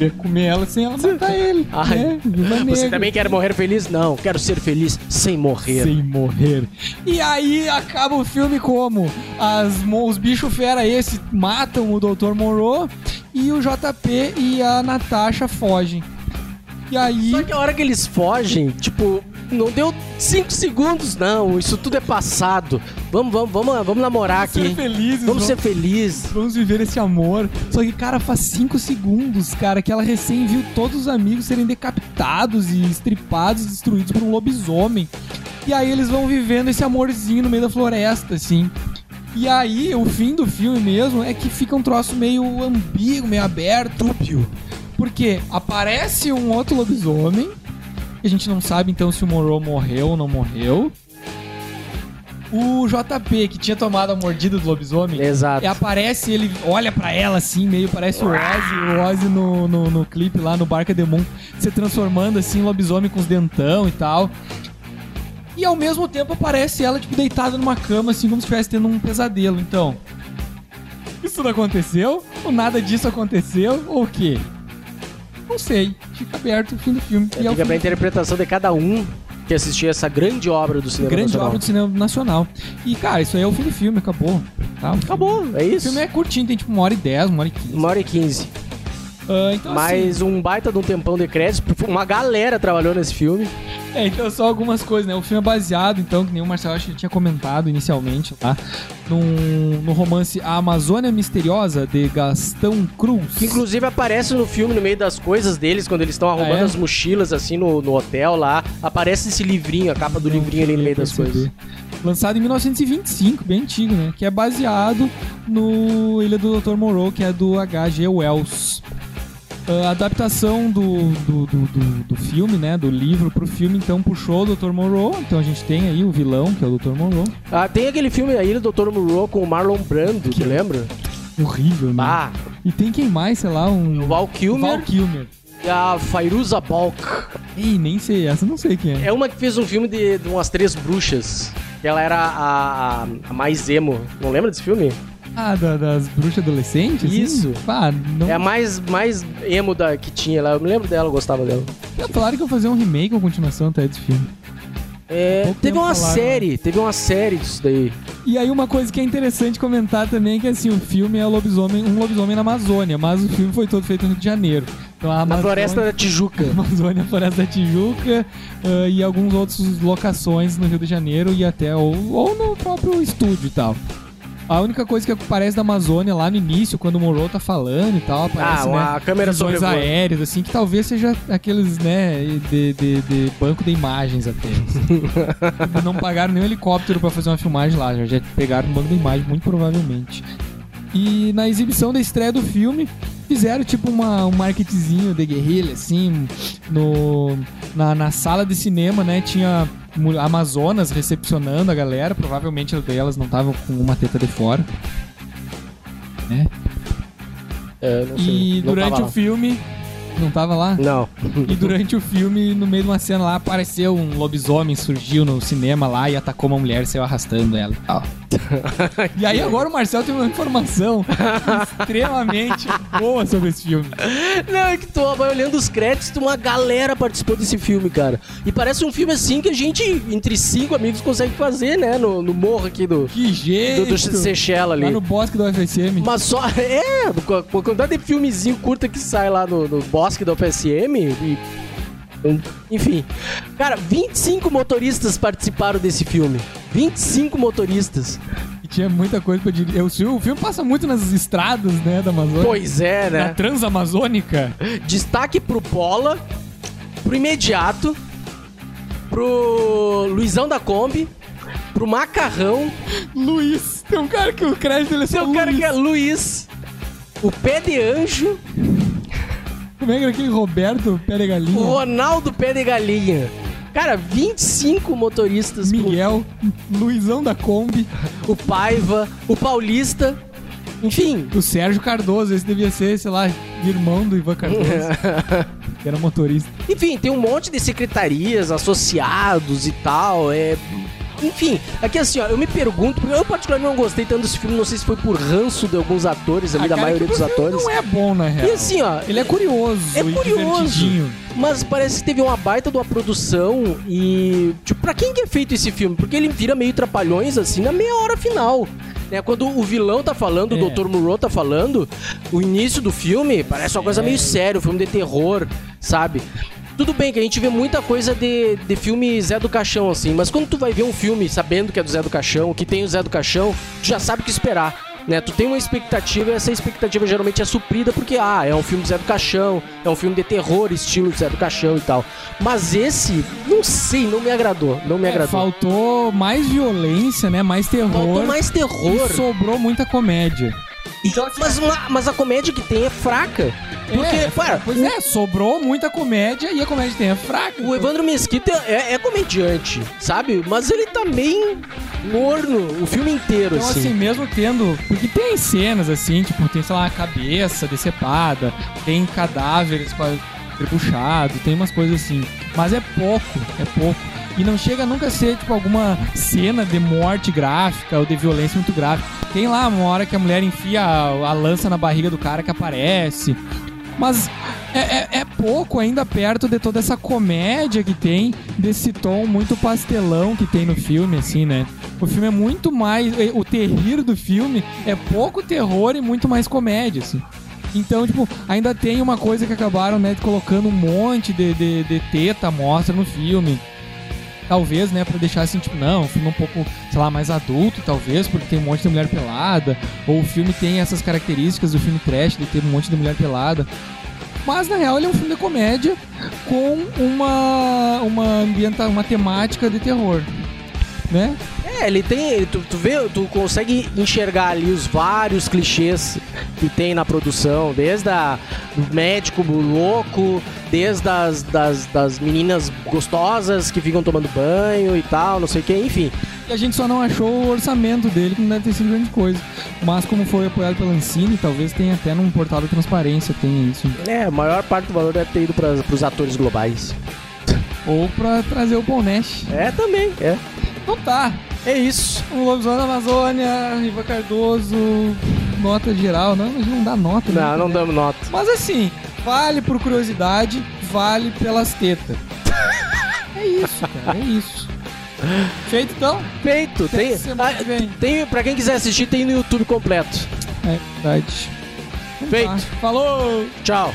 A: Ia comer ela sem ela matar ele.
B: Ai,
A: né? De maneira.
B: Você tá também quer morrer feliz? Não, quero ser feliz sem morrer.
A: Sem morrer. E aí acaba o filme como? As, mo- os bichos fera esse matam o Dr. Moreau e o JP e a Natasha fogem. E aí.
B: Só que a hora que eles fogem, tipo, não deu 5 segundos, não. Isso tudo é passado. Vamos, vamos, vamos, vamos namorar
A: ser
B: aqui.
A: felizes,
B: Vamos
A: vamos-
B: ser felizes.
A: Vamos viver esse amor. Só que, cara, faz 5 segundos, cara, que ela recém viu todos os amigos serem decapitados e estripados, destruídos por um lobisomem. E aí eles vão vivendo esse amorzinho no meio da floresta, assim. E aí, o fim do filme mesmo é que fica um troço meio ambíguo, meio aberto. Dúbio. Porque aparece um outro lobisomem. e A gente não sabe então se o Moreau morreu ou não morreu. O JP, que tinha tomado a mordida do lobisomem,
B: Exato.
A: e aparece, ele olha pra ela assim, meio parece o Ozzy, o Ozzy no, no, no clipe lá no Barca Demon, se transformando assim em lobisomem com os dentão e tal. E ao mesmo tempo aparece ela, tipo, deitada numa cama, assim, como se estivesse tendo um pesadelo. Então, isso não aconteceu? Ou nada disso aconteceu? Ou o quê? Não sei. Fica aberto o fim do filme. que é o
B: Fica
A: fim
B: pra interpretação de cada um que assistiu essa grande obra do cinema
A: grande
B: nacional.
A: obra do cinema nacional. E, cara, isso aí é o fim do filme, acabou. Tá?
B: Acabou, é
A: O
B: isso.
A: filme é curtinho, tem tipo uma hora e dez, uma hora e quinze.
B: Uma hora e quinze.
A: Ah, então, assim,
B: Mas um baita de um tempão de crédito, porque uma galera trabalhou nesse filme.
A: é, então só algumas coisas, né? O filme é baseado, então, que nem o Marcelo acho que ele tinha comentado inicialmente, tá? Num, no romance A Amazônia Misteriosa, de Gastão Cruz.
B: Que inclusive aparece no filme, no meio das coisas deles, quando eles estão arrumando
A: Ah, é?
B: as mochilas assim no, no hotel lá. Aparece esse livrinho, a capa é do
A: Não
B: livrinho ali no meio das
A: percebi.
B: coisas.
A: Lançado em 1925, bem antigo, né? Que é baseado no Ilha do Dr. Moreau, que é do H.G. Wells. Ah, A adaptação do, do, do, do- do filme, né? Do livro pro filme, então puxou o Dr. Moreau. Então a gente tem aí o vilão, que é o Dr. Moreau.
B: Ah, tem aquele filme aí do Dr. Moreau com o Marlon Brando, que lembra?
A: Horrível, né?
B: Ah,
A: E tem quem mais, sei lá, um.
B: o Val
A: Val
B: Kilmer.
A: Kilmer.
B: E a Fairuza Balk.
A: Ih, nem sei, essa eu não sei quem é.
B: É uma que fez um filme de, de umas três bruxas. que Ela era a, a, a mais emo. Não lembra desse filme?
A: Ah, da- das bruxas adolescentes? assim?
B: Isso.
A: Pá, não.
B: É a mais, mais emo da, que tinha lá. Eu me lembro dela, eu gostava dela.
A: Já falaram que eu vou fazer um remake ou continuação até desse filme.
B: É,
A: Pouco
B: teve
A: tempo
B: uma
A: falaram,
B: série, teve uma série disso daí.
A: E aí uma coisa que é interessante comentar também é que assim, o filme é lobisomem, um lobisomem na Amazônia, mas o filme foi todo feito no Rio de Janeiro. Então a
B: Na
A: Amazônia,
B: Floresta da Tijuca.
A: *laughs* Amazônia, Floresta da Tijuca ah, e alguns outros locações no Rio de Janeiro e até ou, ou no próprio estúdio e tal. A única coisa que aparece da Amazônia lá no início, quando o Moreau tá falando e tal,
B: Ah,
A: aparece, né?
B: uma câmera
A: visões
B: sobrevoa.
A: aéreas, assim, que talvez seja aqueles, né, de, de- de banco de imagens
B: *laughs*
A: até. Tipo, não pagaram nenhum helicóptero pra fazer uma filmagem lá, já já pegaram um banco de imagens, muito provavelmente. E na exibição da estreia do filme, fizeram tipo uma, um marketzinho de guerrilha, assim, no, na, na sala de cinema, né, tinha mu- Amazonas recepcionando a galera, provavelmente elas não estavam com uma teta de fora.
B: É, não sei,
A: E
B: não
A: durante
B: tava
A: o
B: lá.
A: filme. Não tava lá?
B: Não.
A: E durante o filme, no meio de uma cena lá, apareceu um lobisomem, surgiu no cinema lá e atacou uma mulher, saiu arrastando ela. e
B: Ah.
A: tal. *laughs* e aí agora o Marcel tem uma informação extremamente boa sobre esse filme.
B: Não, é que tu vai olhando os créditos, tem uma galera participou desse filme, cara. E parece um filme assim que a gente, entre cinco amigos, consegue fazer, né? No, no morro aqui do,
A: Que
B: do,
A: jeito!
B: do Seychelles
A: lá
B: ali.
A: no bosque do FSM.
B: Mas só. *laughs* É, com a, com a quantidade de filmezinho curta que sai lá no, no bosque da UFSM e. um, Enfim. Cara, 25 motoristas participaram desse filme. 25 motoristas.
A: E tinha muita coisa pra dirigir. O filme o filme passa muito nas estradas, né, da Amazônia.
B: Pois é,
A: Na
B: né?
A: Transamazônica.
B: Destaque pro Bola, pro Imediato, pro Luizão da Kombi, pro Macarrão,
A: Luiz. Tem um cara que o crédito dele é só
B: tem um cara
A: Luiz.
B: que é Luiz, o Pé de Anjo,
A: Como é que era aquele Roberto Pere Galinha?
B: o Ronaldo Pé de Galinha. Cara, 25 motoristas pro-
A: Miguel, Luizão da Kombi,
B: o Paiva, o Paulista, enfim.
A: o Sérgio Cardoso, esse devia ser, sei lá, irmão do Ivan
B: *laughs*
A: Cardoso, que era motorista.
B: Enfim, tem um monte de secretarias, associados e tal, é... Enfim, aqui assim, ó, eu me pergunto, porque eu particularmente não gostei tanto desse filme, não sei se foi por ranço de alguns atores ali,
A: A
B: da
A: Ah, cara
B: maioria
A: que
B: dos
A: o filme
B: atores.
A: Não é bom, na real.
B: E assim, ó,
A: Ele é curioso.
B: É
A: e
B: curioso.
A: divertidinho.
B: Mas parece que teve uma baita de uma produção e. Tipo, pra quem que é feito esse filme? Porque ele vira meio trapalhões assim na meia hora final. Né? Quando o vilão tá falando,
A: É.
B: o Dr. Moreau tá falando, o início do filme parece uma
A: É.
B: coisa meio séria, um filme de terror, sabe? Tudo bem que a gente vê muita coisa de, de filme Zé do Caixão, assim, mas quando tu vai ver um filme sabendo que é do Zé do Caixão, que tem o Zé do Caixão, tu já sabe o que esperar. Né, tu tem uma expectativa e essa expectativa geralmente é suprida porque, ah, é um filme do Zé do Caixão, é um filme de terror, estilo do Zé do Caixão e tal. Mas esse, não sei, não me agradou, não me
A: É,
B: agradou.
A: faltou mais violência, né? Mais terror.
B: Faltou mais terror.
A: E sobrou muita comédia. Então, assim,
B: Mas, uma- mas a comédia que tem é fraca. Porque,
A: é,
B: para,
A: Pois é, sobrou muita comédia e a comédia tem é fraca.
B: O Evandro Mesquita é, é comediante, sabe? Mas ele tá meio morno o filme inteiro,
A: Então, assim,
B: assim.
A: mesmo tendo. Porque tem cenas assim, tipo, tem, sei lá, a cabeça decepada, tem cadáveres pra puxado, tem umas coisas assim. Mas é pouco, é pouco. E não chega nunca a ser, tipo, alguma cena de morte gráfica ou de violência muito gráfica. Tem lá uma hora que a mulher enfia a, a lança na barriga do cara que aparece. Mas é, é- é pouco ainda perto de toda essa comédia que tem, desse tom muito pastelão que tem no filme, assim, né? O filme é muito mais. eh, O terrir do filme é pouco terror e muito mais comédia, assim. Então, tipo, ainda tem uma coisa que acabaram, né, colocando um monte de, de, de teta à mostra no filme. Talvez, né, pra deixar assim, tipo, não, um filme um pouco, sei lá, mais adulto, talvez, porque tem um monte de mulher pelada. Ou o filme tem essas características do filme trash de ter um monte de mulher pelada. Mas na real ele é um filme de comédia com uma uma ambienta, uma temática de terror, né?
B: É, ele tem. ele- tu, tu vê, tu consegue enxergar ali os vários clichês que tem na produção, desde a do médico louco, desde as das, das meninas gostosas que ficam tomando banho e tal, não sei o que, enfim.
A: E a gente só não achou o orçamento dele, que não deve ter sido grande coisa. Mas como foi apoiado pela Ancine, talvez tenha até num portal da transparência, tenha isso.
B: É, a maior parte do valor deve ter ido para os atores globais.
A: Ou pra trazer o Polnesh.
B: É, também. É.
A: Então tá.
B: É isso.
A: Um lobisomem da Amazônia, Ivan Cardoso, nota geral. Não, a gente não dá nota. né?
B: Não, não damos nota.
A: Mas assim, vale por curiosidade, vale pelas tetas. É isso, cara, é isso. Feito então?
B: Feito.
A: Até
B: Tem,
A: semana
B: ah,
A: que vem.
B: tem, pra quem quiser assistir, tem no YouTube completo.
A: É verdade. Então tá.
B: Feito.
A: Falou!
B: Tchau.